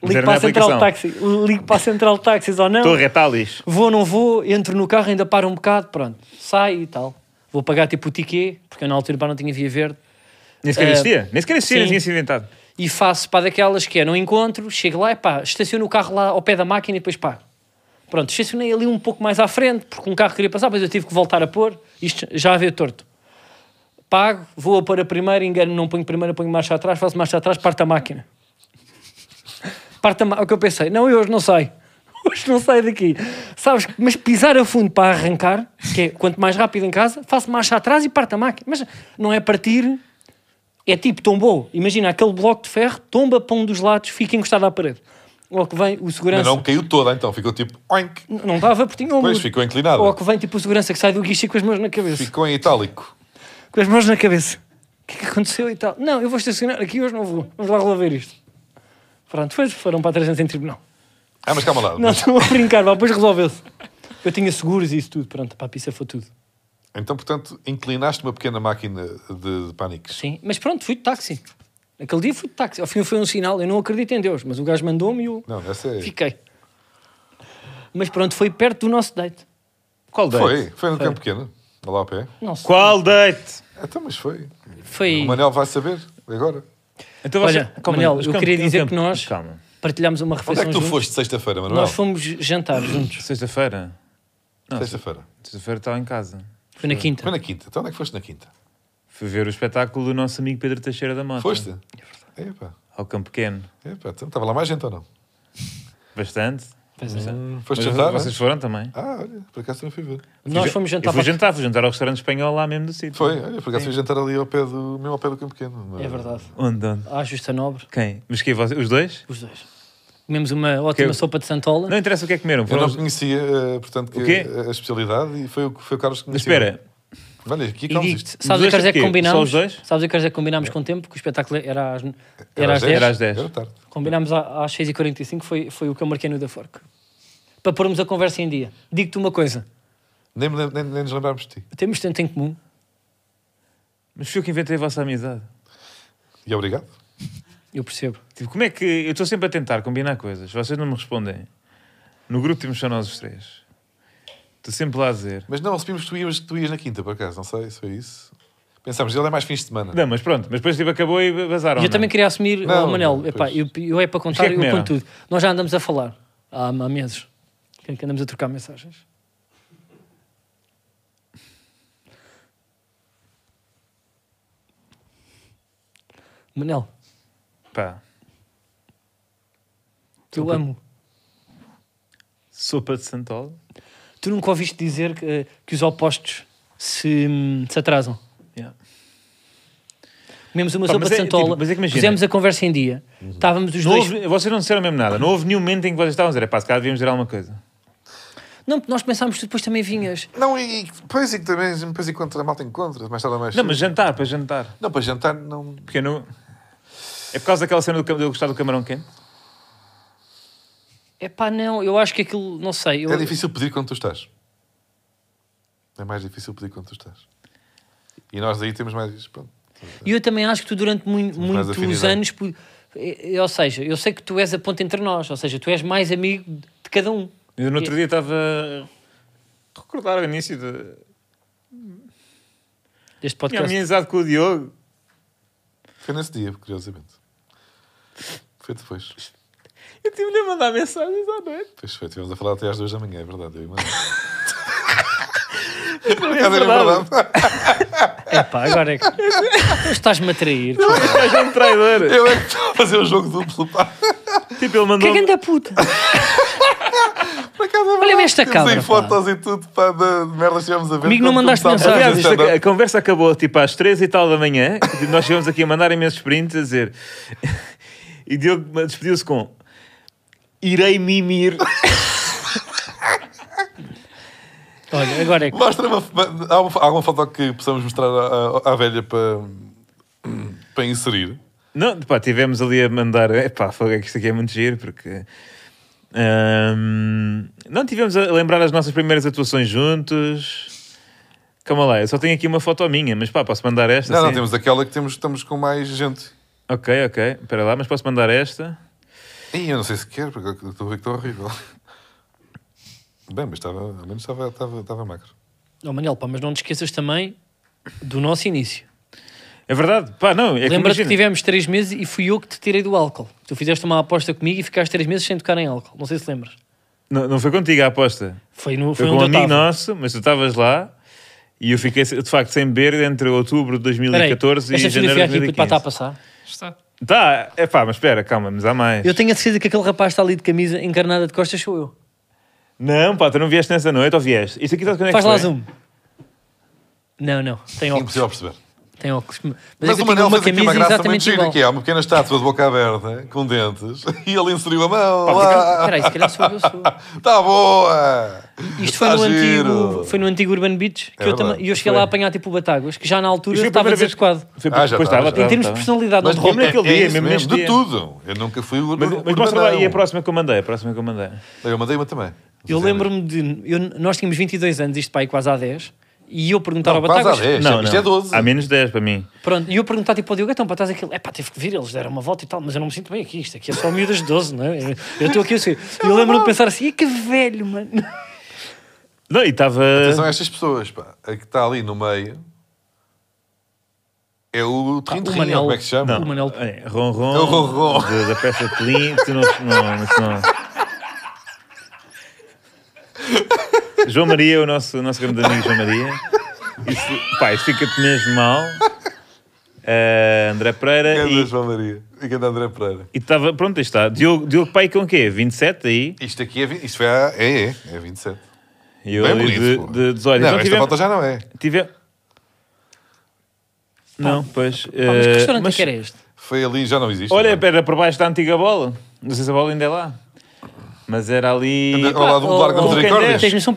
S1: mas
S2: Ligo
S1: era
S2: para
S1: na
S2: a central de
S1: aplicação.
S2: táxi, ligo para a central de táxis ou não.
S1: Torre Talis.
S2: Vou ou não vou, entro no carro, ainda paro um bocado, pronto, saio e tal. Vou pagar, tipo, o tiquê, porque eu na altura, pá, não tinha via verde.
S1: Nem sequer
S2: Eh,
S1: existia. Nem sequer existia,
S2: sim.
S1: nem tinha sido inventado.
S2: e faço pá daquelas que é, não encontro, chego lá, e pá, estaciono o carro lá ao pé da máquina e depois pá. Pronto, estacionei ali um pouco mais à frente, porque um carro queria passar, mas eu tive que voltar a pôr, isto já a ver torto. Pago, vou a pôr a primeira, engano, não ponho primeira, ponho marcha atrás, faço marcha atrás, parto a máquina. Parto a ma- é o que eu pensei, não, eu hoje não saio. Hoje não saio daqui. Sabes, mas pisar a fundo para arrancar, que é quanto mais rápido em casa, faço marcha atrás e parto a máquina. Mas não é partir é tipo, tombou. Imagina, aquele bloco de ferro tomba para um dos lados, fica encostado à parede. Logo que vem o
S3: Mas
S2: segurança.
S3: não caiu toda, então. Ficou tipo... oink.
S2: N- Não dava porque tinha um.
S3: Pois, ficou inclinado.
S2: Ou que vem tipo o segurança que sai do guichê com as mãos na cabeça.
S3: Ficou em itálico.
S2: Com as mãos na cabeça. O que é que aconteceu e tal? Não, eu vou estacionar aqui hoje, não vou. Vamos lá resolver isto. Pronto, depois foram para a 300 em tribunal.
S3: Ah, mas calma lá.
S2: Não,
S3: Mas,
S2: estou a brincar, vá, depois resolveu-se. Eu tinha seguros e isso tudo, pronto, para a pizza foi tudo.
S3: então, portanto, inclinaste uma pequena máquina de, de pânicos.
S2: Sim, mas pronto, fui de táxi. Naquele dia fui de táxi. Ao fim foi um sinal, eu não acredito em Deus, mas o gajo mandou-me e eu.
S3: Não, essa é...
S2: Fiquei. Mas pronto, foi perto do nosso date.
S1: Qual date?
S3: Foi, foi no campo pequeno. Lá ao pé.
S2: Não sei.
S1: Qual date?
S3: Então, mas foi.
S2: Foi.
S3: O Manel vai saber agora.
S1: Então
S2: Olha, Manel, eu queria dizer que nós-
S1: Calma.
S2: partilhámos uma
S3: Onde é
S2: refeição
S3: que tu
S2: juntos.
S3: foste sexta-feira, Manuel?
S2: Nós fomos jantar juntos.
S1: Sexta-feira. Não,
S3: Sexta-feira.
S1: Sexta-feira estava em casa.
S2: Foi na quinta.
S3: Foi na quinta. Então onde é que foste na quinta?
S1: Ah, Fui ver o espetáculo do nosso amigo Pedro Teixeira da Mota.
S3: Foste? É Epá.
S1: Ao Campo Pequeno.
S3: Epá, então estava lá mais gente ou não?
S1: Bastante.
S2: Pois é.
S3: Hum,
S1: Mas
S3: Foste jantar?
S1: vocês
S3: né?
S1: foram também.
S3: Ah, olha, por acaso também fui ver.
S2: Nós
S1: Eu
S2: fomos jantar
S1: fui
S2: para-
S1: jantar, fui jantar ao restaurante espanhol lá mesmo do sítio.
S3: Foi, olha, por acaso fui jantar ali ao pé do, mesmo ao pé do Campo Pequeno. na-
S2: É verdade.
S1: Onde, onde?
S2: À Justa Nobre,
S1: Quem? Mas que, vocês- os dois?
S2: os dois. Comemos uma ótima
S1: Que-
S2: sopa de santola.
S1: Não interessa o que é que comeram.
S3: Eu
S1: Foram
S3: não
S1: os...
S3: conhecia, eh, portanto, que
S1: O quê?
S3: a a especialidade e foi o, foi o Carlos que me
S1: Mas
S3: ensinou.
S1: espera,
S3: Olha, aqui
S2: E
S3: calma
S2: digo-te, sabes
S3: isto.
S1: Os
S2: a que
S1: dois
S2: horas é que
S1: o quê? Só
S2: combinámos?
S1: os dois?
S2: Sabes a que horas é que combinámos com o tempo? Que o espetáculo era às, era às 10.
S1: Era às 10.
S3: Era tarde.
S2: Combinámos à- às 6h45, foi, foi o que eu marquei no da Fork. Para pormos a conversa em dia. Digo-te uma coisa:
S3: Nem, me lem- nem, nem nos lembrámos de ti.
S2: temos tanto em comum.
S1: mas fui eu que inventei a vossa amizade.
S3: E obrigado.
S2: Eu percebo.
S1: Tipo, como é que. Eu estou sempre a tentar combinar coisas, vocês não me respondem. No grupo temos só nós os três. Estou sempre lá a dizer.
S3: Mas não, assumimos que tu ias, que tu ias na quinta, por acaso. Não sei se foi isso. Pensámos, ele é mais fins de semana.
S1: Não, mas pronto, mas depois tipo, acabou e vazaram.
S2: E eu também queria assumir,
S3: Não,
S2: oh, Manel,
S3: não,
S2: epá, eu, eu é para
S1: Mas
S2: contar,
S1: que é que
S2: eu
S1: comeram?
S2: conto tudo. Nós já andamos a falar há, há meses. Que que andamos a trocar mensagens. Manel,
S1: Pá,
S2: eu amo.
S1: sopa de Santol.
S2: Tu nunca ouviste dizer que, que os opostos se, se atrasam?
S1: Yeah.
S2: Comemos uma
S1: Pá,
S2: sopa
S1: mas
S2: de
S1: é,
S2: santola,
S1: tipo, mas é que imagina. Uhum.
S2: pusemos a conversa em dia, estávamos os
S1: Não
S2: dois...
S1: houve- vocês não disseram mesmo nada. Não houve nenhum momento em que vocês estavam a dizer, "É pá, se calhar devíamos dizer alguma coisa.
S2: Não, porque nós pensámos que tu depois também vinhas.
S3: Não, e e depois e que também depois encontra, a malta encontra, mais tarde ou mais
S1: Não,
S3: cedo.
S1: mas jantar, para jantar.
S3: Não, para jantar não.
S1: Porque eu não. É por causa daquela cena do, cam- de eu gostar do camarão quente?
S2: É pá, não, eu acho que aquilo, não sei. Eu,
S3: É difícil pedir quando tu estás. É mais difícil pedir quando tu estás. E nós aí temos mais. Pronto.
S2: E eu também acho que tu durante mui-
S3: mais
S2: muitos
S3: afinidade.
S2: anos, pu- eh, eh, ou seja, eu sei que tu és a ponte entre nós, ou seja, tu és mais amigo de cada um.
S1: Eu no outro dia estava a recordar o início de. Tinha a
S2: Este podcast.
S1: minha amizade com o Diogo.
S3: Foi nesse dia, curiosamente. Foi depois.
S1: Eu tive-lhe a mandar mensagens à noite.
S3: Pois foi, estivemos a falar até às duas da manhã, é verdade. Eu e o Manuel.
S1: Não
S3: É verdade.
S2: É pá, agora é que. tu estás-me a trair.
S1: Mas é um traidor.
S3: Eu é que estava a fazer o jogo duplo, pá.
S1: Tipo, ele
S2: Que é
S1: mandou.
S2: grande puta!
S3: Por acaso é
S2: Olha-me esta
S3: Temos aí
S2: cabra, pá.
S3: fotos e tudo, pá, de de merda estivemos a ver.
S2: Comigo não
S3: Quando
S2: mandaste
S3: começámos a
S1: Aliás,
S2: mensagem.
S3: fazer
S1: isto ac-
S3: stand-up.
S1: a conversa acabou tipo às 3 e tal da manhã. que, tipo, Nós estivemos aqui a mandar imensos prints a dizer. E Diogo ma- despediu-se com. Irei mimir.
S2: Olha, agora é que.
S3: Mostra uma, há uma, há alguma foto que possamos mostrar à, à- à velha para, para inserir.
S1: Não, pá, tivemos ali a mandar. Epá, fogo, é que isto aqui é muito giro, porque. hum, não tivemos a lembrar as nossas primeiras atuações juntos. Calma lá, eu só tenho aqui uma foto minha, mas pá, posso mandar esta?
S3: Não, não,
S1: sim?
S3: temos aquela que temos, estamos com mais gente.
S1: Ok, ok, espera lá, mas posso mandar esta?
S3: E eu não sei se quer, porque eu estou a ver que estou horrível. Bem, mas estava, ao menos estava, estava, estava magro.
S2: Oh, Manel, pá, mas não te esqueças também do nosso início.
S1: É verdade, pá, não, é
S2: Lembra-te que
S1: imagina-
S2: tivemos três meses e fui eu que te tirei do álcool. Tu fizeste uma aposta comigo e ficaste três meses sem tocar em álcool. Não sei se lembras.
S1: Não, não foi contigo a aposta.
S2: Foi, no,
S1: Foi,
S2: foi,
S1: com um
S2: onde eu
S1: amigo
S2: estava.
S1: nosso, mas tu estavas lá e eu fiquei de facto sem beber entre outubro de 2014
S2: esta
S1: e
S2: filha
S1: janeiro
S2: fica
S1: de
S2: aqui para estar a
S1: 2015.
S2: passar.
S4: Está.
S1: Tá, é pá, mas espera, calma, mas há mais.
S2: Eu tenho a certeza que aquele rapaz está ali de camisa encarnada de costas sou eu.
S1: Não, pá, tu não vieste nessa noite ou vieste? Isto aqui está quando é que
S2: Faz lá
S1: foi?
S2: zoom. Não, não. Tem óculos.
S3: Impossível perceber.
S2: Tem óculos. Mas, é
S3: Mas
S2: que
S3: o
S2: eu tinha
S3: Manel
S2: uma
S3: fez aqui
S2: camisa
S3: uma graça muito
S2: exatamente
S3: gira,
S2: igual.
S3: que é uma pequena estátua de boca aberta, com dentes, e ele inseriu a mão. Ah, lá.
S2: Espera aí, se calhar sou eu, sou eu.
S3: Está boa!
S2: Isto foi
S3: Tá
S2: no,
S3: giro.
S2: antigo, foi no antigo Urban Beach que
S3: É
S2: eu
S3: verdade.
S2: também, e eu cheguei lá a apanhar tipo o Batáguas, que já na altura
S1: Isto foi a
S2: estava
S1: primeira vez-
S2: desadequado.
S1: Foi,
S3: Ah, já
S1: pois estava,
S3: estava, já
S2: Em
S1: estava,
S2: termos de
S1: estava.
S2: personalidade,
S3: Mas
S2: não
S1: como
S2: roubo
S1: é que-
S2: naquele.
S1: naquele
S3: é
S1: dia,
S3: isso
S1: mesmo neste
S3: mesmo, de
S1: dia.
S3: tudo. Eu nunca fui o
S1: Mas, mas mostra lá aí a próxima que eu mandei, a próxima que eu mandei.
S3: Eu mandei uma também.
S2: Eu lembro-me de. eu- nós tínhamos 22 anos, isto pai quase há 10, e eu perguntar
S3: Não,
S2: ao
S3: quase há
S2: Batáguas.
S3: 10. É, isto é- isto é 12.
S1: Há menos 10 para mim.
S2: Pronto, e eu perguntar tipo ao Diogo, então, pá, estás aquilo. É pá, tive que vir, eles deram uma volta e tal, mas eu não me sinto bem aqui, isto aqui é só miúdas de 12, não é? Eu- Eu estou aqui assim. E eu lembro-me de pensar assim, "Ih, que velho, mano.
S1: Eh, Não, e estava.
S3: tá São estas pessoas, pá, a que está ali no meio. É o Trin
S2: o
S3: Trin,
S2: Manel-
S3: ou como é que se chama?
S2: Não. O Manel-
S1: É, Ron Ron,
S3: É o Ron Ron.
S1: de- da peça Tlim, tu não, não, isso não. João Maria, o nosso, o nosso grande amigo João Maria. Isso, pá, isso fica-te mesmo mal. Eh, André Pereira
S3: Grande
S1: e
S3: João Maria. É E grande André Pereira.
S1: e estava, pronto, aí está. Diogo, Diogo Pai com o quê? 27 aí?
S3: Isto aqui é, vi- isto foi a, é, é, é 27.
S1: E eu
S3: Bem
S1: ali
S3: bonito,
S1: de,
S3: pô.
S1: de 18.
S3: não,
S1: então
S3: esta
S1: tivemos-
S3: foto já não é.
S1: tive- Não, pois.
S2: Pá, mas que
S1: eh,
S2: restaurante
S1: mas-
S2: é que era este?
S3: Foi ali, já não existe.
S1: Olha,
S3: não é?
S1: era para baixo da antiga bola. Não sei se a bola ainda é lá. Mas era ali.
S3: é Ao lado um- do
S2: oh,
S3: Largo
S2: oh,
S3: dos
S1: quem
S3: Recordes.
S2: Tens noção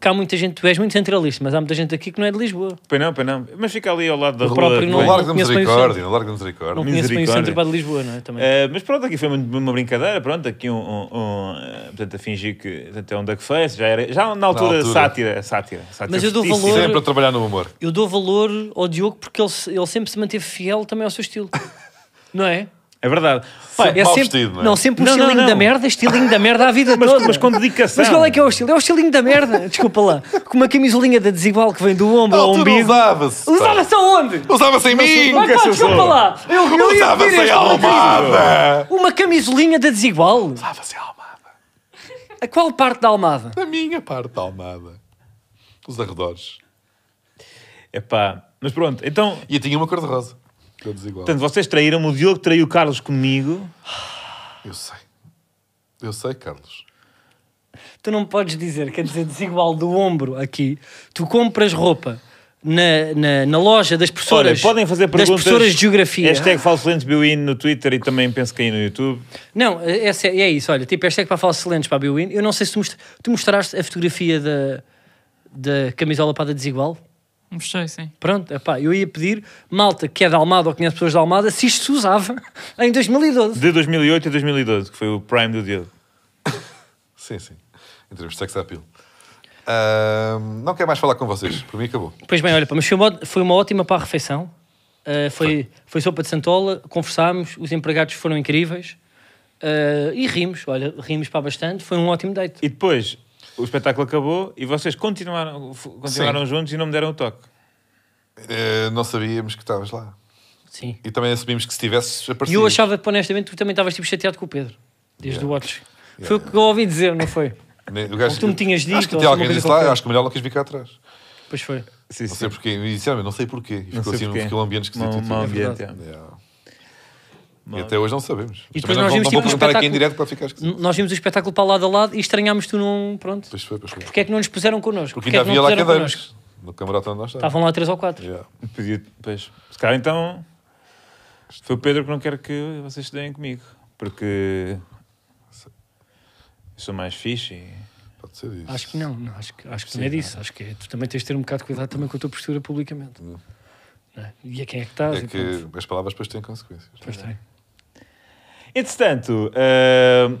S2: que há muita gente, tu és muito centralista, mas há muita gente aqui que não é de Lisboa.
S1: Pois não, pois não. Mas fica ali ao lado da
S2: O
S1: rua.
S2: próprio
S3: No
S2: não-
S3: Largo da
S2: conheço bem o
S3: Misericórdia, no Largo da
S2: Não
S3: Misericórdia.
S2: conheço bem o
S1: Misericórdia.
S2: centro pá, de Lisboa, não é? Também.
S1: Eh, mas pronto, aqui foi uma, uma brincadeira, pronto, aqui um, um, um, eh, portanto, a fingir que portanto, é um duckface, já era, já na altura,
S3: altura.
S1: sátira, sátira, sátira.
S2: Mas eu dou
S1: fortíssima.
S2: valor-
S3: Sempre a é trabalhar no humor.
S2: Eu dou valor ao Diogo porque ele, se- ele sempre se manteve fiel também ao seu estilo. não é?
S1: É verdade. Pá,
S2: Pá,
S3: Sempre
S2: é
S3: mal
S2: sempre,
S3: vestido, não
S2: não,
S3: é?
S2: sempre o
S1: Não, não,
S2: estilinho
S1: não.
S2: da merda, estilinho da merda à vida
S1: Mas-
S2: toda.
S1: mas com dedicação.
S2: Mas qual é que é o estilo? É o estilinho da merda, desculpa lá. Com uma camisolinha da desigual que vem do ombro ao
S3: altura
S2: umbigo.
S3: usava-se. pá.
S2: Levava-se aonde?
S3: Usava-se em mim.
S2: Vai, pá,
S1: se usou.
S2: desculpa lá. Eu, eu ia pedir
S3: Usava-se
S2: este
S3: em
S2: elogio.
S3: Almada.
S2: Uma camisolinha da desigual?
S3: Usava-se em Almada.
S2: A qual parte da Almada?
S3: A minha parte da Almada. Os arredores.
S1: Epá, mas pronto, então,
S3: E eu tinha uma cor de rosa. Cor desigual.
S1: portanto, vocês traíram o Diogo traiu o Carlos comigo.
S3: Eu sei. Eu sei, Carlos.
S2: Tu não podes dizer, quer dizer, desigual do ombro aqui. Tu compras roupa na, na, na loja das
S1: Olha,
S2: professoras.
S1: podem fazer perguntas.
S2: Das professoras de geografia.
S1: Hashtag FalsoLentesBuin no Twitter e também penso que aí no YouTube.
S2: Não, é, é- é isso, olha, tipo, hashtag para falar excelentes para a Biwin. Eu não sei se tu, most- tu mostraste a fotografia da, da camisola para a desigual.
S5: Um
S4: Mostrei, sim.
S2: Pronto, epá, eu ia pedir, malta que é da Almada ou conhece pessoas da Almada, se isto se usava em 2012.
S1: De 2008 a 2012, que foi o prime do Diogo.
S3: Sim, sim. Em termos de sex appeal. Ahm, não quero mais falar com vocês. Por mim acabou.
S2: Pois bem, olha, pá, mas foi uma, foi uma ótima para a refeição. Ah, foi, foi sopa de Santola, conversámos, os empregados foram incríveis ah, e rimos, olha, rimos para bastante. Foi um ótimo date.
S1: E depois o espetáculo acabou e vocês continuaram, f- continuaram juntos e não me deram o toque.
S3: Eh, não sabíamos que estavas lá.
S2: Sim.
S3: E também assumimos que se tivesses
S2: E
S3: aparecido.
S2: eu achava que, honestamente, tu também estavas tipo chateado com o Pedro, desde o Watch. Foi o que eu ouvi dizer, não foi?
S3: Nem- Né, O gajo-
S2: Ou tu me tinhas dito,
S3: Acho que
S2: ou
S3: até
S2: alguma
S3: alguém
S2: coisa
S3: disse lá,
S2: qualquer.
S3: acho que o melhor não quis vir cá atrás.
S2: Pois foi.
S1: Sim,
S3: Não
S1: sim.
S3: sei porquê. E disseram, "Ah, não sei porquê. E
S1: Não
S3: ficou
S1: sei
S3: assim,
S1: porquê.
S3: ficou um ambiente esquisito.
S1: Mau-
S3: e tudo.
S1: mau ambiente, é.
S3: Yeah. E até hoje não sabemos.
S2: E
S3: E
S2: depois
S3: depois não,
S2: nós
S3: não,
S2: vimos tipo
S3: não vou
S2: um
S3: perguntar aqui em
S2: espetáculo-
S3: direto para ficar esquisito.
S2: N- Nós vimos o espetáculo para lado a lado e estranhámos tu num. Pronto.
S3: Pois foi, pois foi.
S2: Porquê é que não nos puseram connosco?
S3: Porque ainda
S2: é que
S3: havia
S2: não
S3: lá
S2: puseram
S3: cadeiras.
S2: connosco?
S3: No camarote onde nós estávamos.
S2: Estavam lá três ou quatro.
S3: Yeah.
S1: é. Podia, pois. Se calhar então foi o Pedro que não quer que vocês se deem comigo. Porque eu sou mais fixe e
S3: Pode ser isso.
S2: Acho que não, não, acho que, acho que não é disso. Acho que é- tu também tens de ter um bocado de cuidado também com a tua postura publicamente. Não é? E a quem é que estás?
S3: Hum. É
S2: e pronto.
S3: que é. as palavras depois têm consequências.
S2: Pois tem.
S1: Entretanto, ahm,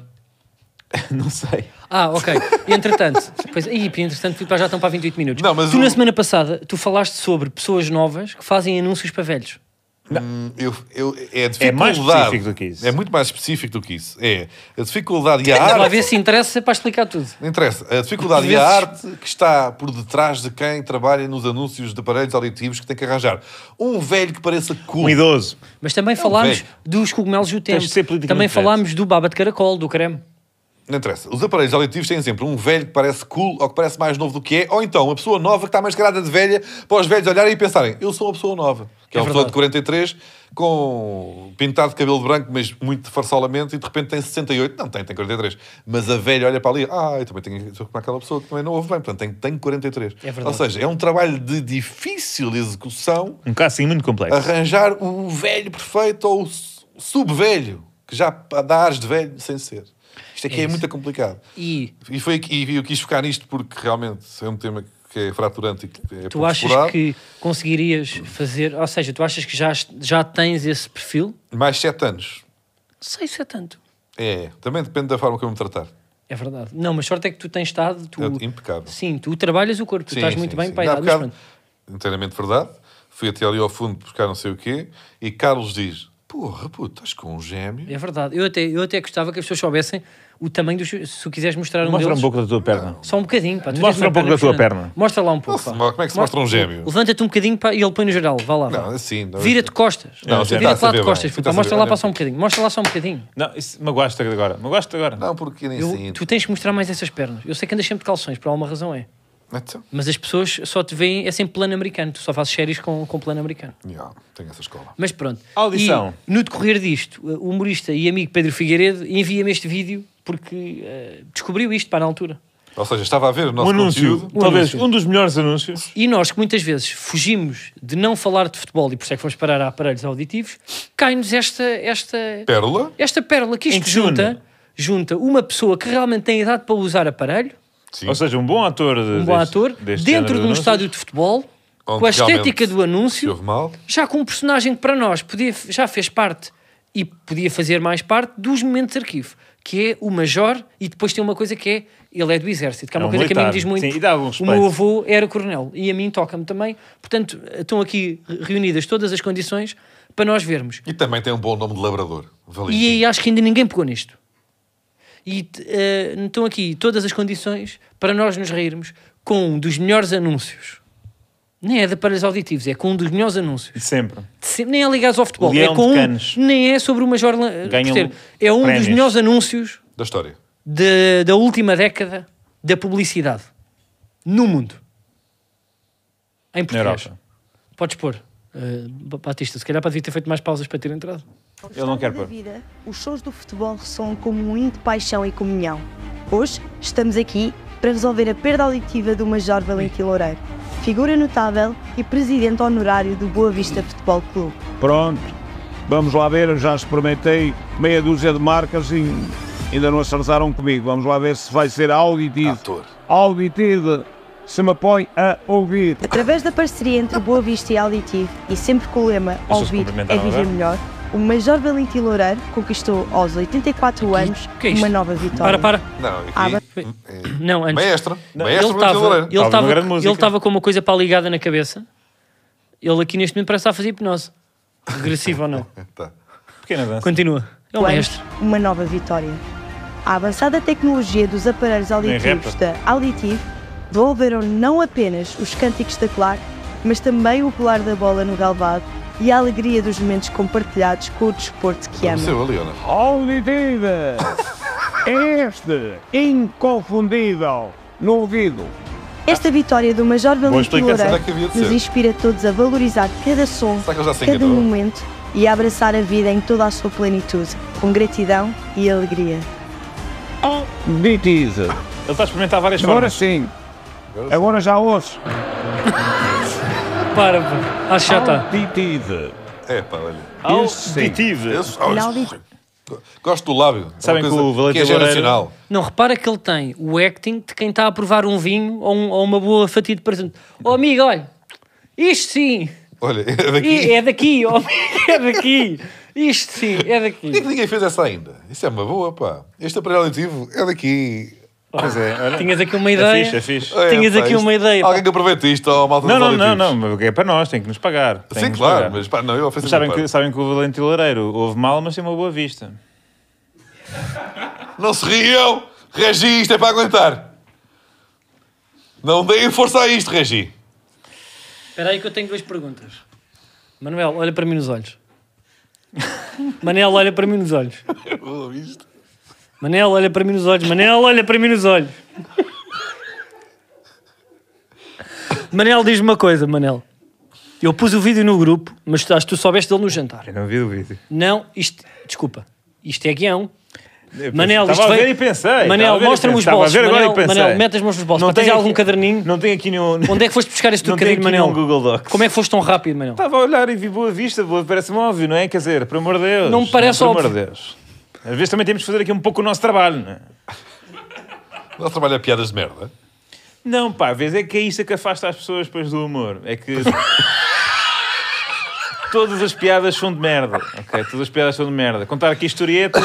S1: não sei.
S2: Ah, ok. Entretanto, pois, e, pá, entretanto, pá, já estão para 28 minutos.
S3: Não, mas
S2: tu,
S3: o-
S2: na semana passada, tu falaste sobre pessoas novas que fazem anúncios para velhos.
S3: Hum, eu- eu- é a dificuldade.
S1: É mais específico do que isso.
S3: É muito mais específico do que isso. É a dificuldade e a
S2: Vamos lá ver
S3: arte.
S2: se interessa para explicar tudo.
S3: Não interessa. A dificuldade
S2: Às
S3: e a
S2: vezes-
S3: arte que está por detrás de quem trabalha nos anúncios de aparelhos auditivos que tem que arranjar. Um velho que pareça cool.
S1: Um idoso.
S2: Mas também falámos
S3: velho.
S2: dos cogumelos do tempo.
S1: de ser politicamente
S2: Também
S1: correto.
S2: falámos do baba de caracol, do creme.
S3: Não interessa. Os aparelhos auditivos têm sempre um velho que parece cool ou que parece mais novo do que é, ou então uma pessoa nova que está mascarada de velha para os velhos olharem e pensarem: eu sou uma pessoa nova. Que é,
S2: É
S3: uma pessoa
S2: verdade.
S3: de 43 com pintado de cabelo branco, mas muito farsolamente, e de repente tem 68. Não tem, tem 43. Mas a velha olha para ali: ah, eu também tenho sou como aquela pessoa que também não ouve bem, portanto tenho, tenho 43.
S2: É verdade.
S3: ou seja, é um trabalho de difícil execução
S1: Um caso assim muito
S2: É
S1: complexo.
S3: arranjar o velho perfeito ou o su- subvelho, que já dá ares de velho sem ser. Isto aqui é,
S2: isso.
S3: muito complicado.
S2: E
S3: E, foi, aqui- e eu quis focar nisto porque realmente é um tema que é fraturante e que é
S2: tu
S3: pouco
S2: achas
S3: explorado.
S2: que conseguirias fazer... Ou seja, tu achas que já, já tens esse perfil?
S3: Mais 7 anos.
S2: Sei se é tanto.
S3: É, também depende da forma como me tratar.
S2: É verdade. Não, mas sorte é que tu tens estado... Tu...
S3: É impecável.
S2: Sim, tu trabalhas o corpo. Tu
S3: Sim,
S2: estás
S3: sim,
S2: muito bem
S3: sim.
S2: para a
S3: Ainda há
S2: idade, mas
S3: bocado,
S2: pronto.
S3: Inteiramente verdade. Fui até ali ao fundo buscar não sei o quê e Carlos diz: Porra, puto, estás com um gêmeo.
S2: É verdade. Eu até, eu até gostava que as pessoas soubessem o tamanho dos. Se tu quiseres mostrar um
S1: Mostra
S2: deles.
S1: um pouco da tua perna.
S2: Só um bocadinho, pá. Tu
S1: Mostra
S2: tens uma
S1: um pouco da tua
S2: impressionante.
S1: perna.
S2: Mostra lá um pouco,
S3: Nossa,
S2: pá.
S3: como é que se mostra um gêmeo?
S2: Levanta-te um bocadinho pá, e ele põe no geral. Vá lá.
S3: Não,
S2: vá.
S3: assim, não-
S2: Vira-te costas.
S3: Não, assim está a
S2: Vira-te lá
S3: saber
S2: de costas.
S3: bem.
S2: puta.
S3: Assim está a
S2: Mostra
S3: saber
S2: lá
S3: bem.
S2: para só um bocadinho. Mostra lá só um bocadinho.
S1: Não, isso magoaste agora. Magoaste agora.
S3: Não, porque nem
S2: Eu-
S3: assim.
S2: tu tens que mostrar mais essas pernas. Eu sei que andas sempre de calções, por alguma razão é.
S3: Então,
S2: Mas as pessoas só te veem, é sempre plano americano. Tu só fazes séries com, com plano americano.
S3: já, tenho essa escola.
S2: Mas pronto.
S1: Audição.
S2: E, no decorrer disto, eh, o humorista e amigo Pedro Figueiredo envia-me este vídeo porque eh, descobriu isto para na altura.
S3: Ou seja, estava a ver o
S1: Um
S3: nosso
S1: anúncio.
S3: conteúdo.
S1: Talvez
S2: anúncio.
S1: um dos melhores anúncios.
S2: E nós, que muitas vezes fugimos de não falar de futebol e por isso é que fomos parar a aparelhos auditivos, cai-nos esta, esta,
S3: Pérola.
S2: esta pérola que
S1: Em
S2: isto
S1: que
S2: junta,
S1: junta?
S2: junta uma pessoa que realmente tem idade para usar aparelho,
S3: Sim.
S1: Ou seja, um bom ator. de-
S2: um bom
S1: deste-
S2: ator,
S1: deste
S2: dentro
S1: género
S2: de um
S1: anúncios.
S2: estádio de futebol,
S3: Onde
S2: com a
S3: realmente
S2: estética do
S3: Se
S2: anúncio,
S3: houve mal,
S2: já com um personagem que para nós podia, já fez parte e podia fazer mais parte dos momentos de arquivo, que é o Major, e depois tem uma coisa que é ele é do Exército, que é
S1: É
S2: uma
S1: um
S2: coisa que a mim me
S1: militar.
S2: diz muito.
S1: Sim, e dá algum
S2: o
S1: respeito.
S2: meu avô era coronel e a mim toca-me também. Portanto, estão aqui reunidas todas as condições para nós vermos.
S3: e também tem um bom nome de labrador. Valentim.
S2: E aí acho que ainda ninguém pegou nisto. E t- eh, estão aqui todas as condições para nós nos rirmos com um dos melhores anúncios. Nem é de aparelhos auditivos, é com um dos melhores anúncios.
S1: Sempre.
S2: Se- nem é ligados ao futebol.
S1: Leão
S2: é com
S1: de
S2: um-
S1: Canos.
S2: nem é sobre o Major La-
S1: Ganham
S2: Porteiro. É um dos
S1: prémios.
S2: melhores anúncios
S3: Da história.
S2: de- da última década da publicidade no mundo. Em
S1: Na
S2: português.
S1: Europa.
S2: Podes pôr. eh, Ba- Batista, se calhar para devia ter feito mais pausas para ter entrado.
S4: Ao
S1: Ele não
S4: estádio
S1: quer
S4: da
S1: pôr.
S4: vida, os sons do futebol ressoam como um hino de paixão e comunhão. Hoje estamos aqui para resolver a perda auditiva do Major Valentim Loureiro, figura notável e presidente honorário do Boa Vista Futebol Clube.
S6: Pronto, vamos lá ver, eu já experimentei meia dúzia de marcas e ainda não acertaram comigo. Vamos lá ver se vai ser auditivo.
S3: Ator.
S6: Auditivo, se me põe a ouvir.
S4: Através da parceria entre o Boa Vista e Auditivo e sempre com o lema
S1: Vocês
S4: Ouvir é
S1: cumprimentaram
S4: Viver
S1: agora?
S4: Melhor, o Major Valentim Loureiro conquistou aos 84 anos
S2: que é isto?
S4: uma nova vitória.
S2: Para, para.
S3: Não, aqui.
S4: Ah, mas-
S3: é-
S2: Não, antes.
S3: Maestro.
S2: Ele
S3: Maestro Valentim
S2: estava
S3: Loureiro.
S2: ele
S1: Estava uma
S2: estava-
S1: grande música.
S2: ele estava com uma coisa para ligada na cabeça. Ele aqui neste momento parece estar a fazer hipnose. Regressivo ou não.
S3: Tá.
S1: Pequena dança.
S2: Continua. É um
S4: anos,
S2: mestre.
S4: uma nova vitória. A avançada tecnologia dos aparelhos auditivos da Auditive devolveram não apenas os cânticos da Clark, mas também o pular da bola no galvado e a alegria dos momentos compartilhados com o desporto que ama.
S3: Apareceu ali, olha.
S6: Auditivo, este, inconfundível, no ouvido.
S4: Esta vitória do Major Valentim
S1: explicação.
S4: Loureiro
S3: Será que havia de
S4: nos
S3: ser?
S4: inspira todos a valorizar cada som,
S3: Será que ele já se
S4: cada
S3: enganou?
S4: momento e a abraçar a vida em toda a sua plenitude, com gratidão e alegria.
S6: Auditivo.
S1: Ele está a experimentar várias
S6: Agora
S1: formas.
S6: sim, agora já ouço.
S2: Para, pá. acho que já tá. está.
S6: Auditivo.
S3: É pá, olha.
S6: Este sim.
S1: Auditivo.
S3: Esse- ah,
S4: Não,
S3: esse- Gosto do lábio. É uma
S1: Sabem que
S3: coisa
S1: o Valentim
S3: que é
S1: Loureiro-
S3: geracional.
S2: Não, repara que ele tem o acting de quem está a provar um vinho ou, um- ou uma boa fatia de presente. Oh, amigo, olha, isto sim,
S3: Olha, é daqui.
S2: i- é daqui, oh, amigo, é daqui, isto sim, é daqui.
S3: Porquê que ninguém fez essa ainda? Isso é uma boa, pá. Este aparelho auditivo é daqui.
S1: Pois é, olha.
S2: Tinhas aqui uma
S1: É
S2: ideia.
S1: fixe, é fixe.
S3: É,
S2: Tinhas
S3: pá,
S2: aqui
S3: isto-
S2: uma ideia, pá.
S3: Alguém que aproveite isto, ó, malta
S1: Não,
S3: dos
S1: não, não,
S3: auditivos.
S1: não, mas é para nós, tem que nos pagar. tem que
S3: Sim,
S1: nos
S3: claro,
S1: pagar.
S3: mas pá, não, eu
S1: Mas
S3: ofereci
S1: sabem, que, sabem que o Valente Lareiro houve mal, mas tem uma boa vista.
S3: Não se riam! Regi, isto é para aguentar! Não deem força a isto, Regi!
S2: Espera aí que eu tenho duas perguntas. Manuel, olha para mim nos olhos. Manel, olha para mim nos olhos. Manel, olha para mim nos olhos. Manel, olha para mim nos olhos. Manel, diz-me uma coisa, Manel. Eu pus o vídeo no grupo, mas tu- acho que tu soubeste dele no jantar.
S1: Eu não vi o vídeo.
S2: Não, isto... Desculpa. Isto é guião.
S1: Eu pensei-
S2: Manel, isto
S1: estava a
S2: veio-
S1: ver e pensei.
S2: Manel,
S1: estava a ver e
S2: mostra-me os
S1: pensei, estava a
S2: bolsos,
S1: ver agora
S2: Manel,
S1: e pensei.
S2: Manel, mete as mãos nos bolsos. Pá,
S1: tem
S2: tens
S1: aqui-
S2: algum caderninho?
S1: Não tem aqui nenhum...
S2: Onde é que foste buscar este teu
S1: Não tem
S2: caderno,
S1: aqui
S2: Manel?
S1: nenhum Google Tá. Docs.
S2: Como é que foste tão rápido, Manel?
S1: Estava a olhar e vi boa vista, boa, parece-me óbvio, não é? Quer dizer, por amor de Deus.
S2: Não me parece
S1: Por amor
S2: óbvio.
S1: de Deus. Às vezes também temos que fazer aqui um pouco o nosso trabalho, não é?
S3: Não trabalha a piadas de merda.
S1: Não, pá, às vezes é que é isso que afasta as pessoas depois do humor. É que. Todas as piadas são de merda. Ok, todas as piadas são de merda. Contar aqui historietas,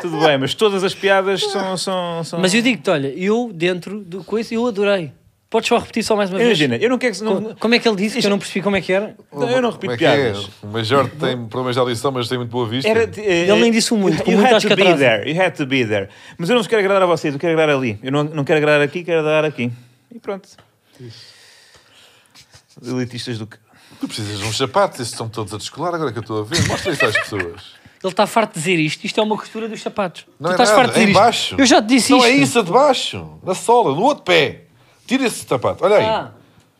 S1: tudo bem, mas todas as piadas são. são, são...
S2: Mas eu digo-te, olha, eu dentro do coisa, eu adorei. Podes só repetir só mais uma vez?
S1: Imagina, eu não quero que...
S2: Co-
S1: Não,
S2: Como é que ele disse que
S1: Isto-
S2: eu não percebi como é que era?
S1: eu não
S3: Como
S1: repito
S3: é que é?
S1: piadas.
S3: O Major tem problemas de audição, mas tem muito boa vista.
S1: Era, Ele
S2: nem disse muito, com
S1: You
S2: muito
S1: had
S2: acho
S1: to
S2: que
S1: be
S2: atrasa.
S1: there, you had to be there. Mas eu não vos quero agradar a vocês, eu quero agradar ali. Eu não, não quero agradar aqui, quero agradar aqui. E pronto. Elitistas do que...
S3: Tu precisas de uns sapatos, estes estão todos a descolar agora que eu estou a ver. Mostra isso às pessoas.
S2: Ele está farto de dizer isto. Isto é uma costura dos sapatos.
S3: Não
S2: tu
S3: é
S2: estás
S3: nada,
S2: farto de
S3: é
S2: dizer isto.
S3: embaixo.
S2: Eu já te disse
S3: não
S2: isto.
S3: é isso, é de baixo. Na sola, no outro pé. Tira esse sapato, olha aí.
S2: Ah,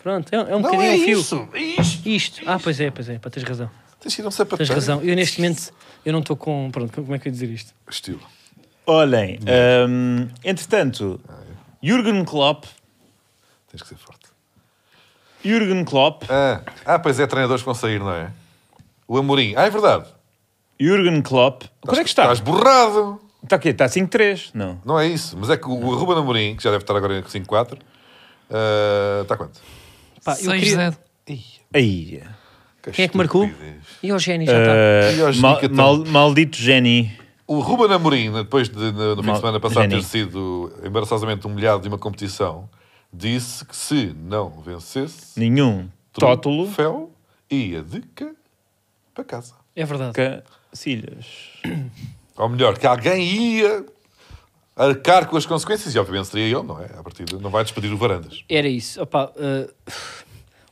S2: pronto, é, é um
S3: não
S2: bocadinho
S3: é
S2: um fio.
S3: isso. É isto.
S2: Isto. Ah, pois é, pois é, pá, tens razão.
S3: Tens de ir a um sapateiro.
S2: Tens razão. Eu neste momento, eu não estou com. Pronto, como é que eu ia dizer isto?
S3: Estilo.
S1: Olhem, hum, entretanto, Jürgen Klopp,
S3: Tens que ser forte.
S1: Jürgen Klopp,
S3: Ah, ah, pois é, treinadores que vão sair, não é? O Amorim. Ah, é verdade.
S1: Jürgen Klopp... Quanto é que está?
S3: Estás borrado.
S1: Está aqui, está 5-3, não.
S3: Não é isso. Mas é que o Ruben Amorim, que já deve estar agora em 5-4, ah, está quanto?
S2: Pá, Ah, eu
S5: Seis
S2: queria...
S5: de
S3: Ih,
S1: Aí.
S2: Quem é que marcou?
S3: estupidez.
S2: E o Eugénio já tá. está.
S1: Ah,
S3: E aos
S1: mal-
S3: Nica
S1: mal-
S3: Tom.
S1: maldito Jenny.
S3: O Ruben Amorim, depois de, no, no fim
S1: Mal-
S3: de semana passado
S1: Geni.
S3: ter sido embaraçosamente humilhado de uma competição, disse que se não vencesse,
S1: Nenhum tótulo.
S3: troféu ia de cá para casa.
S2: É verdade.
S1: Cacilhas.
S3: Ou melhor, que alguém ia arcar com as consequências, e obviamente seria ele, não é? A partida não vai despedir o Varandas.
S2: Era isso. Opa, eh,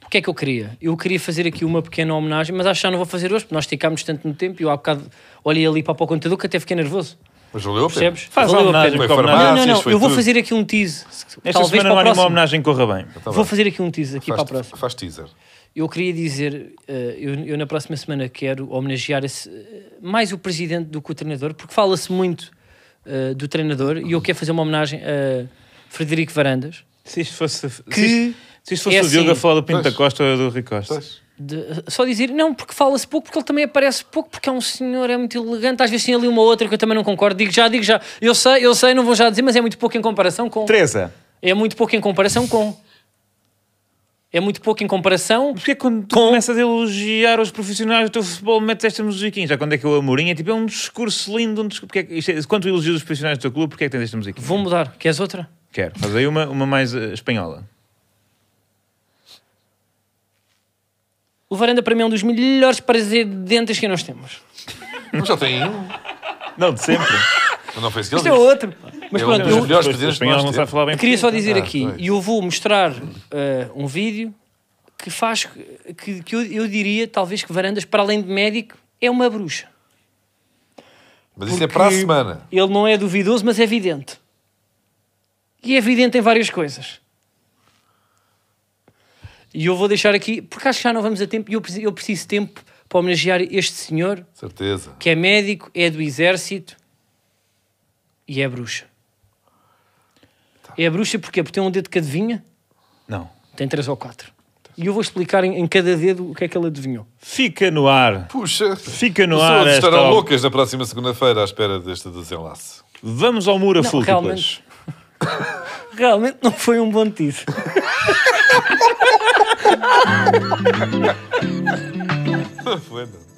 S2: o que é que eu queria? Eu queria fazer aqui uma pequena homenagem, mas acho que já não vou fazer hoje, porque nós ticámos tanto no tempo e eu há bocado olhei ali para o contador que até fiquei nervoso.
S3: Mas valeu a pena.
S2: Percebes?
S1: Faz
S2: Valeu a
S1: homenagem,
S2: pena.
S3: Foi
S1: como
S3: farmácia.
S1: nada.
S2: Não, não, não.
S3: foi
S2: Eu vou
S3: tudo.
S2: fazer aqui um tease.
S1: Esta semana não
S2: Talvez para
S1: há
S2: a
S1: nenhuma
S2: próxima.
S1: homenagem que corra bem.
S3: Tá
S2: Vou
S3: bem.
S2: fazer aqui um tease aqui para a
S3: Faz,
S2: próxima.
S3: faz teaser.
S2: Eu queria dizer, eh, eu, eu na próxima semana quero homenagear esse, eh, mais o presidente do que o treinador, porque fala-se muito eh, do treinador e eu quero fazer uma homenagem a Frederico Varandas.
S1: Se isto fosse, se
S2: Que
S1: isto- se isto fosse
S2: é
S1: o Diogo a
S2: assim.
S1: falar do Pinto
S3: Pois.
S1: da Costa ou do Rui Costa.
S3: Pois.
S2: de- só dizer, não, porque fala-se pouco, porque ele também aparece pouco, porque é um senhor, é muito elegante. Às vezes tem ali uma outra que eu também não concordo. Digo já, digo já. Eu sei, eu sei, não vou já dizer, mas é muito pouco em comparação com.
S1: Teresa,
S2: É muito pouco em comparação com. É muito pouco em comparação.
S1: porquê é quando tu começas a elogiar os profissionais do teu futebol metes esta musiquinha? Já quando é que é o Amorim? É tipo, é um discurso lindo. Um discurso, porque é que, isto é, quando tu elogias os profissionais do teu clube, porquê é que tens esta musiquinha?
S2: Vou mudar. Queres outra?
S1: Quero. Faz aí uma, uma mais eh, espanhola.
S2: O Varanda para mim é um dos melhores presidentes que nós temos.
S3: Mas já tem um.
S1: Não, de sempre.
S3: Mas não foi isso que ele
S2: Isto é
S3: disse.
S2: outro. Mas
S3: É
S2: pronto,
S3: um dos
S2: eu,
S1: Depois,
S3: melhores presidentes que
S1: espanhol
S3: nós
S1: não sabe
S3: temos.
S1: falar bem.
S2: Queria só dizer
S3: Ah,
S2: aqui,
S3: pois.
S2: e eu vou mostrar eh, um vídeo que faz que, que eu, eu diria, talvez, que Varandas, para além de médico, é uma bruxa.
S3: Mas isso é para a
S2: Porque
S3: semana.
S2: Ele não é duvidoso, mas é evidente. E é evidente em várias coisas. E eu vou deixar aqui, porque acho que já não vamos a tempo, e eu, preciso- eu preciso de tempo para homenagear este senhor,
S3: Certeza.
S2: que é médico, é do exército e é bruxa.
S3: Tá.
S2: É bruxa porquê? Porque tem um dedo que adivinha,
S1: Não.
S2: tem três ou quatro. E eu vou explicar em, em cada dedo o que é que ele adivinhou.
S1: Fica no ar.
S3: Puxa.
S1: Fica no
S3: As
S1: ar
S3: pessoas
S1: esta
S3: estarão
S1: al-
S3: loucas na próxima segunda-feira à espera deste desenlace.
S1: Vamos ao muro a
S2: Não,
S1: fúltiplas.
S2: realmente. Realmente não foi um bom tease.
S3: Não foi, não.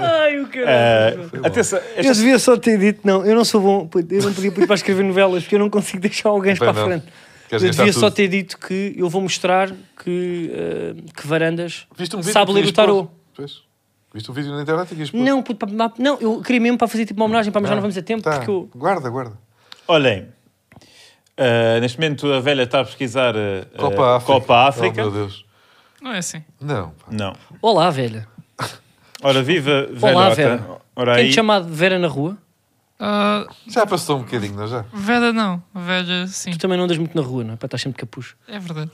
S2: Ai, o caralho.
S1: Ah, atenção,
S2: Eu
S1: esta
S2: devia só ter dito, não, eu não sou bom, puto, eu não podia pedir para escrever novelas porque eu não consigo deixar alguém
S3: Bem,
S2: para
S3: não.
S2: a frente. Eu
S3: Queres gastar
S2: devia só
S3: tudo?
S2: ter dito que eu vou mostrar que, eh, que Varandas
S3: Viste um vídeo
S2: sabe
S3: que
S2: ler o
S3: quis
S2: tarô.
S3: pôr? Pois. Viste um vídeo na internet e quis pôr?
S2: Não, puto, pá, pá, não, eu queria mesmo para fazer tipo uma homenagem, pá, mas já não vamos a tempo
S3: Tá.
S2: porque eu.
S3: Guarda, guarda.
S1: Olhem, ah, neste momento a velha está a pesquisar ah, ah,
S3: É, Copa África.
S1: Copa África.
S3: Oh, meu Deus.
S5: Não é assim.
S3: Não. pá.
S1: Não.
S2: Olá, velha.
S1: Ora, viva
S2: Olá,
S1: velhota.
S2: Vera.
S1: Ora
S2: Tem-te
S1: aí.
S2: chamado Vera na rua?
S5: Ah,
S3: Já passou um bocadinho, não já?
S5: velha não. Velha sim.
S2: Tu também não andas muito na rua, não é? Para estar sempre de capuz.
S5: É verdade.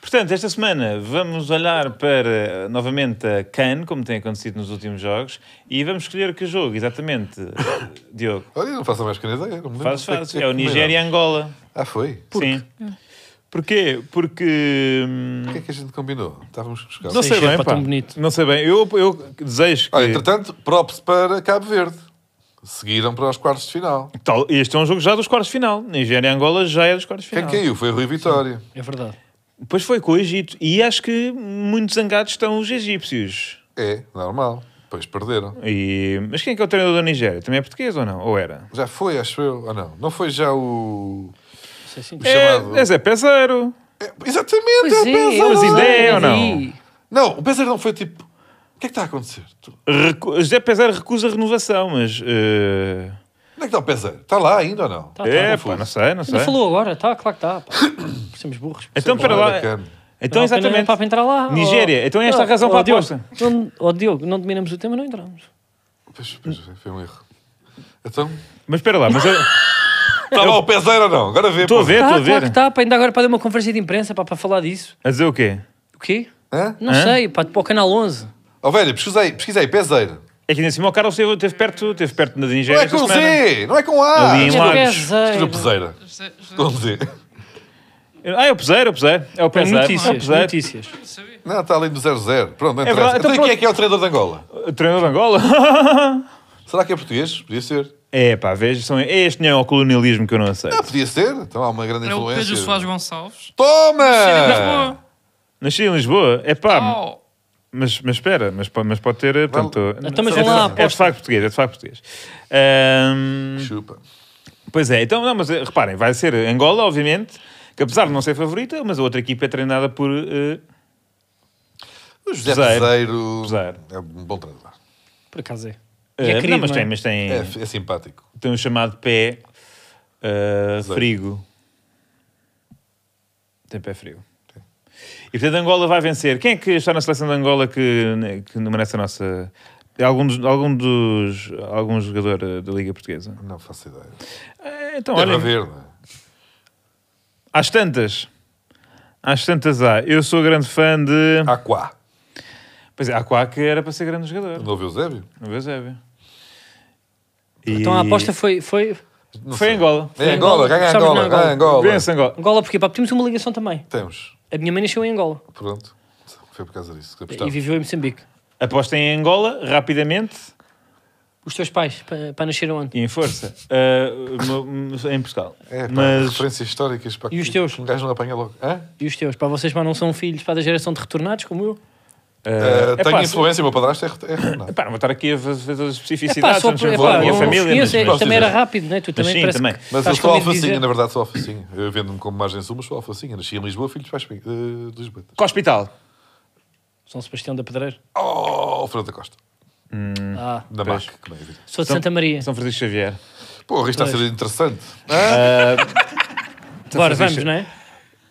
S1: Portanto, esta semana vamos olhar para ah, novamente a Cannes, como tem acontecido nos últimos jogos, e vamos escolher que jogo, exatamente, Diogo.
S3: Olha, eu não faço a mais pequena ideia. Não me lembro
S1: Faz,
S3: do que
S1: faz.
S3: que
S1: É o
S3: que me
S1: Nigéria e Angola.
S3: lembro. Ah, foi?
S1: Sim. Porquê? Porque. hum,
S3: O que é que a gente combinou? Estávamos buscando.
S1: Não sei
S2: Seixas,
S1: bem,
S2: pá,
S1: pá.
S2: tão bonito.
S1: Não sei bem. Eu, eu desejo que.
S3: Olha, entretanto, props para Cabo Verde. Seguiram para os quartos de final.
S1: Tal- este é um jogo já dos quartos de final. Nigéria e Angola já é dos quartos de
S3: Quem
S1: final.
S3: caiu? Foi o Rui Vitória.
S2: É verdade.
S1: Pois foi com o Egito. E acho que muito zangados estão os egípcios.
S3: É, normal. Depois perderam.
S1: E... Mas quem é que é o treinador da Nigéria? Também é português ou não? Ou era?
S3: Já foi, acho eu. Ou não? Não foi já o.
S2: Sim, sim.
S3: O chamado-
S1: É, és é peseiro.
S3: É, Exatamente,
S2: Pois
S3: é o
S2: é,
S3: Péssaro.
S1: mas
S2: eu não
S1: ideia
S2: sei,
S1: ou não?
S2: vi.
S3: Não, o Péssaro não foi tipo... O que é que está a acontecer? Tu-
S1: Recu... José Peseiro recusa renovação, mas. eh,
S3: Onde é que está o Péssaro? Está lá ainda ou não?
S2: Tá, tá.
S1: É,
S3: confuso.
S1: pá, não sei, não sei.
S2: Ainda falou agora, tá, claro que tá. pá. Somos burros.
S1: Então,
S3: Sempre
S1: para
S3: lá
S1: lá.
S3: é bacana.
S1: Então,
S2: Não vale a pena
S1: exatamente.
S2: Para entrar lá. ó.
S1: Nigéria. Então, esta é a
S2: Ó,
S1: razão
S2: ó,
S1: para a
S2: Diogo,
S1: aposta.
S2: Não, ó, Diogo, não dominamos o tema, não entramos.
S3: Pois, pois, foi um erro. Então...
S1: Mas espera lá, mas eu
S3: Está lá o Péssaro ou não? Agora vê.
S1: estou a
S3: pô.
S1: ver, estou a
S2: Tá,
S1: ver.
S2: claro que tá. pá, Ainda agora para dar uma conferência de imprensa pá, para falar disso.
S1: A dizer o quê?
S2: O quê?
S3: Hã?
S2: Não
S1: Hã?
S2: sei, pá, para o Canal 11.
S3: Ó velho, pesquisei, pesquisei, Péssaro.
S1: É que ainda assim, o Carlos esteve, esteve perto, esteve perto na
S3: Não
S1: Nigéria.
S3: é
S1: esta
S3: com
S1: semana.
S3: Z, não é com A.
S1: Ali em
S2: É
S1: Lagos. é
S2: peseiro.
S3: Escreveu Peseira.
S5: José- José-
S3: Com Z.
S1: Ah, é o Peseiro, é o Peseiro. É o
S2: Pá,
S1: Peseiro. É o
S2: Notícias,
S1: Peseiro.
S2: notícias.
S5: não sabia.
S3: Não, está além do 00. Pronto, não
S1: É
S3: interessa.
S1: verdade,
S3: então,
S1: então
S3: e quem é que é o treinador de Angola?
S1: O Treinador de Angola?
S3: Será que é português? Podia ser.
S1: é, pá, veja, são... este não é o colonialismo que eu não aceito.
S3: Ah, podia ser. Então há uma grande
S5: É o
S3: influência. Ah,
S5: Pedro Soares Gonçalves.
S3: Toma!
S5: Lisboa.
S1: Nasci em Lisboa? É pá,
S5: Oh,
S1: mas, mas espera, mas, po- mas pode ter. Portanto,
S2: Então, mas
S1: é,
S2: vão lá,
S1: de- é de facto português, é de facto português. Ahm,
S2: Hum.
S3: Chupa.
S1: Pois é, então, não, mas eh, reparem, vai ser Angola, obviamente, que apesar de não ser favorita, mas a outra equipa é treinada por. eh,
S3: O José
S1: Peseiro.
S3: Peseiro
S1: Peseiro.
S3: é um bom treinador.
S2: Por acaso é.
S1: eh,
S2: é querido,
S1: não, mas
S2: não é?
S1: tem, mas tem,
S3: É, é simpático.
S1: tem um chamado pé eh,
S3: Zero.
S1: frigo. Tem pé frio. E portanto, Angola vai vencer. Quem é que está na seleção de Angola que, né, que não merece a nossa. é Algum, dos, algum, dos, algum jogador eh, da Liga Portuguesa?
S3: Não faço ideia.
S1: Eh, Então,
S3: Deve
S1: olha,
S3: haver, não é?
S1: às tantas. Às tantas há. Eu sou grande fã de.
S3: Há quá.
S1: Pois é, há Quá que era para ser grande jogador.
S3: Não ouviu o Zébio?
S1: No Eusébio.
S2: Então a aposta foi. foi...
S3: Não
S1: foi
S3: sei.
S1: em Angola.
S3: É Angola,
S2: Angola.
S3: ganha
S2: Sabes
S3: Angola,
S2: na Angola.
S3: ganha Angola.
S1: Vence Angola.
S2: Angola, porquê? Pá, temos uma ligação também.
S3: Temos.
S2: A minha mãe nasceu em Angola
S3: Pronto. Foi por causa disso que
S2: e
S3: apostava.
S2: viveu em Moçambique.
S1: Aposta em Angola, rapidamente
S2: Os teus pais, para, para nasceram onde?
S1: e em força. Ah, mo- mo- em Portugal.
S3: É, pá,
S1: Mas
S3: referências históricas. Pá,
S2: E os
S3: que-
S2: teus?
S3: que Um gajo não apanha logo. Hã?
S2: E os teus? Para vocês, pá, não são filhos para da geração de retornados como eu?
S1: ah,
S2: É.
S3: Eh, tenho
S1: epá,
S3: influência, o meu padrasto é, é Renato.
S1: Epá, não vou estar aqui a fazer todas as
S2: É pá,
S1: especificidades.
S2: só
S1: vamos
S2: por. É
S1: falar
S2: pá,
S1: da minha
S2: não
S1: família.
S2: família,
S1: mas-
S2: é que
S1: mas-
S2: também era rápido, não é? Tu também
S1: sim,
S2: parece
S1: também.
S2: que
S3: Mas eu
S2: estás
S3: sou
S2: com medo de
S3: alfacinha,
S2: dizer.
S3: na verdade sou alfacinha. Eu vendo-me como margem sul, mas sou alfacinha. Nasci em Lisboa, filho de pais eh, de Lisboa.
S1: Com o hospital.
S2: São um Sebastião da Pedreira.
S3: Oh, Fernando da Costa.
S2: Ah,
S3: Da
S1: Pois.
S3: MAC, que não é evidente.
S2: sou de Santa Maria.
S1: Hum. São Francisco Xavier. Ah,
S3: Porra, isto está a ser interessante.
S2: Bora,
S1: Francisco.
S2: vamos, não é?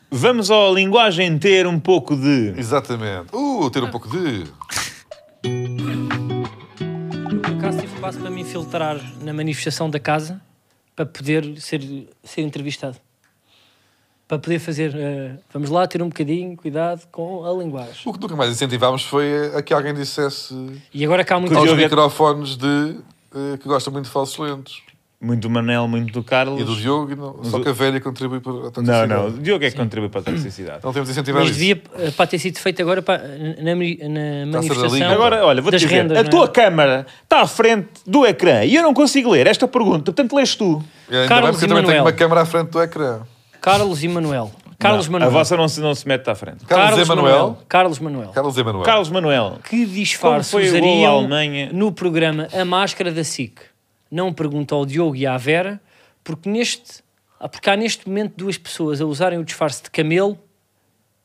S1: Vamos ao linguagem ter um pouco de.
S3: Exatamente. Uh,
S2: Ah.
S3: ter um pouco de...
S2: Por acaso tive quase para me infiltrar na manifestação da casa para poder ser, ser entrevistado. Para poder fazer. eh, vamos lá, ter um bocadinho, cuidado com a linguagem.
S3: O que nunca mais incentivámos foi a que alguém dissesse
S2: E agora cá há muito.
S1: Pois
S3: aos
S1: eu-
S3: microfones de... eh, que gostam muito de falsos lentes.
S1: Muito do Manel, muito do Carlos.
S3: E do Diogo, e não- só que a velha contribui para... a
S1: Não,
S3: toxicidade.
S1: não. O Diogo é que contribui para a toxicidade.
S3: Não temos incentivado
S2: Mas
S3: isso.
S2: devia eh, para ter sido feito agora para, na, na
S3: da
S2: manifestação.
S3: Liga.
S1: Agora, olha, vou-te
S2: das
S1: dizer,
S2: rendas,
S1: a
S2: não é?
S1: tua câmara está à frente do ecrã e eu não consigo ler esta pergunta, portanto lês tu.
S3: E Ainda
S2: Carlos
S3: bem porque eu também tenho
S2: Emanuel.
S3: uma câmera à frente do ecrã.
S2: Carlos e Manuel. Carlos
S1: Não,
S2: Manuel.
S1: A vossa não se, não se mete à frente.
S3: Carlos Emanuel.
S2: Carlos Manuel.
S3: Carlos Emanuel.
S1: Carlos Manuel.
S2: Que disfarce
S1: Como foi o gol à
S2: usariam
S1: Alemanha?
S2: no programa A Máscara da SIC? Não pergunto ao Diogo e à Vera, porque, neste, ah, porque há neste momento duas pessoas a usarem o disfarce de camelo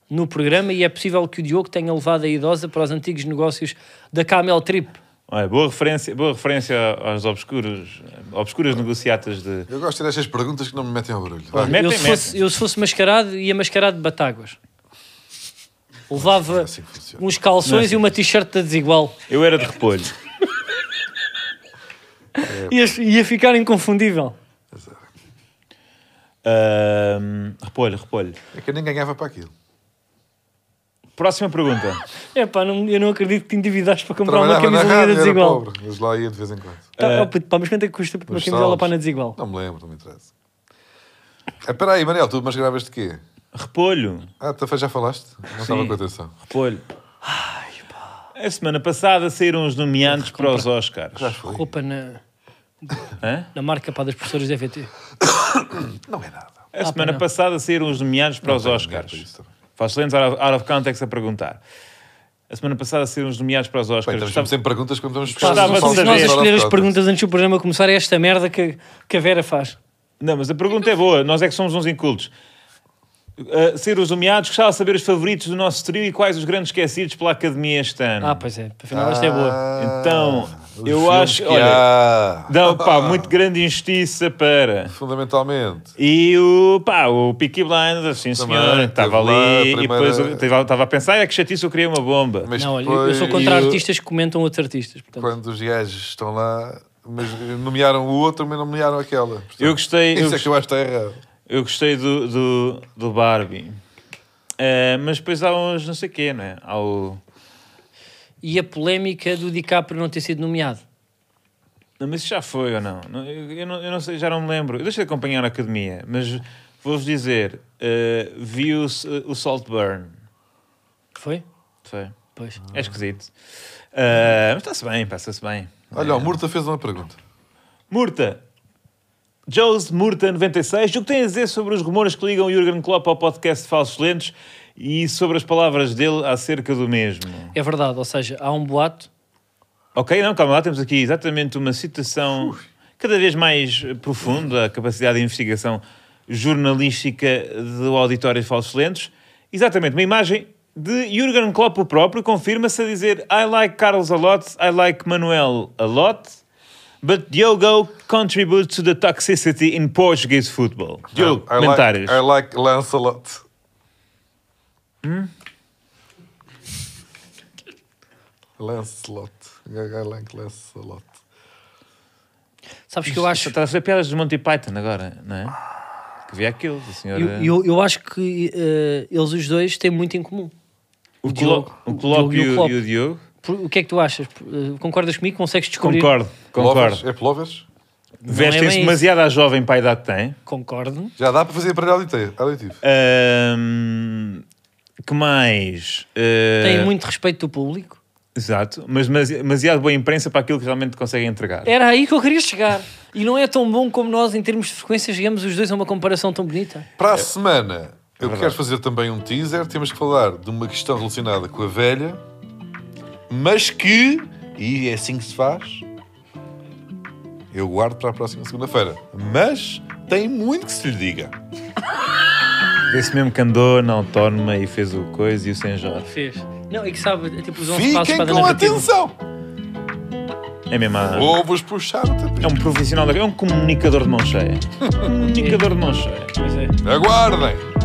S2: no programa e é possível que o Diogo tenha levado a idosa para os antigos negócios da Camel Trip.
S1: Olha, boa referência, boa referência aos obscuros, obscuras negociatas de.
S3: Eu gosto destas perguntas que não me metem ao barulho. É Vai.
S1: Metem,
S2: eu, se
S1: metem.
S2: fosse, eu se fosse mascarado, ia mascarado de batáguas. Levava
S3: assim que funciona.
S2: uns
S1: é
S2: calções e uma
S1: assim.
S2: t-shirt da desigual.
S1: Eu era de repolho.
S3: É.
S2: Ia, ia ficar inconfundível.
S1: Ahm, repolho, repolho.
S3: É que eu nem ganhava para aquilo.
S1: Próxima pergunta.
S2: Epá, não, eu não acredito que te endividaste para comprar uma
S3: Trabalhava na
S2: camisola da
S3: rádio, era
S2: desigual.
S3: pobre, mas lá ia de vez em quando.
S2: Tá, ó, puto, pá, mas quanto é que custa uma
S3: Nos
S2: camisola
S3: saldos.
S2: para na desigual?
S3: Não me lembro, não me interessa. Ah, Espera aí, Manel, tu mas gravas de quê?
S1: Repolho,
S3: Ah, tu já falaste? Não estava com atenção.
S1: repolho. A semana passada saíram os nomeados para os Oscars.
S2: Roupa na,
S1: Hã?
S2: na marca pá, das professoras da EVT.
S3: Não é nada.
S1: A semana passada saíram os nomeados para os
S3: tenho dinheiro para
S1: Oscars.
S3: isso tá também.
S1: Faço lentes out of out of context a perguntar. A semana passada saíram os nomeados para os
S3: Bem,
S1: Oscars.
S3: estamos
S1: Gostava-
S3: sempre perguntas
S1: Ah,
S3: quando vamos buscar.
S2: Pá,
S1: Gostava
S2: se
S1: de
S2: nós a
S1: saber.
S2: escolher as perguntas antes do programa começar, é esta merda que, que a Vera faz.
S1: Não, mas a pergunta é boa. Nós é que somos uns incultos. Uh, ser os nomeados, gostava de saber os favoritos do nosso trio e quais os grandes esquecidos pela academia este ano.
S2: Ah, pois é. Afinal, esta é boa.
S1: Então,
S3: Os
S1: eu
S3: filmes
S1: acho.
S3: Ah, que
S1: Olha,
S3: há.
S1: dão, pá, muito grande injustiça para.
S3: Fundamentalmente.
S1: E o, pá, o Peaky Blinders, sim
S3: Também,
S1: senhor,
S3: teve
S1: estava ali
S3: lá a
S1: e
S3: primeira-
S1: depois estava a pensar, é que chatice eu queria uma bomba.
S3: Mas
S2: Não, olha, eu
S3: depois-
S2: sou contra
S3: e o-
S2: artistas que comentam outros artistas. portanto.
S3: Quando os gajos estão lá, mas nomearam o outro, mas não nomearam aquela. Portanto,
S1: Eu gostei-
S3: Isso
S1: eu
S3: é que eu acho que está errado.
S1: Eu gostei do, do, do Barbie. Eh, mas depois há uns não sei quê, não é? Há o...
S2: E a polémica do DiCaprio não ter sido nomeado.
S1: Não, mas isso já foi ou não? Não, Eu, eu não, eu não sei, já não me lembro. Eu deixei de acompanhar a academia, mas vou-vos dizer: eh, vi o, S- o Saltburn.
S2: Foi?
S1: Foi.
S2: Pois.
S1: É esquisito. Eh, mas está-se bem, passa-se bem.
S3: Olha, o Murta fez uma pergunta.
S1: Murta. Joe's Murta 96. O que tem a dizer sobre os rumores que ligam o Jurgen Klopp ao podcast de Falsos Lentos e sobre as palavras dele acerca do mesmo?
S2: É verdade, ou seja, há um boato.
S1: Ok, não, calma lá, temos aqui exatamente uma citação cada vez mais eh, profunda, a capacidade de investigação jornalística do Auditório de Falsos Lentos. Exatamente, uma imagem de Jurgen Klopp o próprio, confirma-se a dizer I like Carlos a lot, I like Manuel a lot, but Diogo contributes to the toxicity in Portuguese football. Diogo,
S3: Ah, I
S1: comentários.
S3: Like, I like Lancelot.
S1: Hum?
S3: Lancelot. I like Lancelot.
S2: Sabes que eu acho.
S1: Está a fazer piadas dos Monty Python agora, não é? Que vi aquilo, a senhora...
S2: Eu, eu, eu acho que eh, eles os dois têm muito em comum.
S1: o, Clo-
S2: Diogo-
S1: o Klopp
S2: Diogo e
S1: e
S2: o
S1: o,
S2: Klopp.
S1: e o Diogo.
S2: Por- o que é que tu achas? Por- eh, concordas comigo? Consegues descobrir?
S1: Concordo,
S3: Plovers?
S1: concordo.
S3: É Plovers?
S2: Não é
S1: Vestem-se
S2: bem
S1: demasiado à jovem para a idade que têm.
S2: Concordo.
S3: Já dá para fazer para aditivo.
S1: Ahm, que mais? Ah,
S2: Têm
S3: É.
S2: muito respeito do público.
S1: Exato, mas demasi- demasiado boa imprensa para aquilo que realmente conseguem entregar.
S2: Era aí que eu queria chegar. E não é tão bom como nós, em termos de frequência, chegamos os dois a uma comparação tão bonita.
S1: É.
S3: Para a semana, eu quero fazer também um teaser. Temos que falar de uma questão relacionada com a velha, mas que, e é assim que se faz, eu guardo para a próxima segunda-feira. Mas tem muito que se lhe diga.
S1: Esse mesmo que andou na autónoma e fez o coisa e o sem jorge.
S2: Fez. Não, é que sabe, é tipo os 11 passos para
S3: Fiquem
S2: a
S3: com
S2: narrativa.
S3: atenção!
S1: É mesmo. a-
S3: Ou vos puxar o
S1: É
S3: tapete.
S1: um profissional, da- é um comunicador de mão cheia. comunicador de mão cheia.
S2: Pois é.
S3: Aguardem!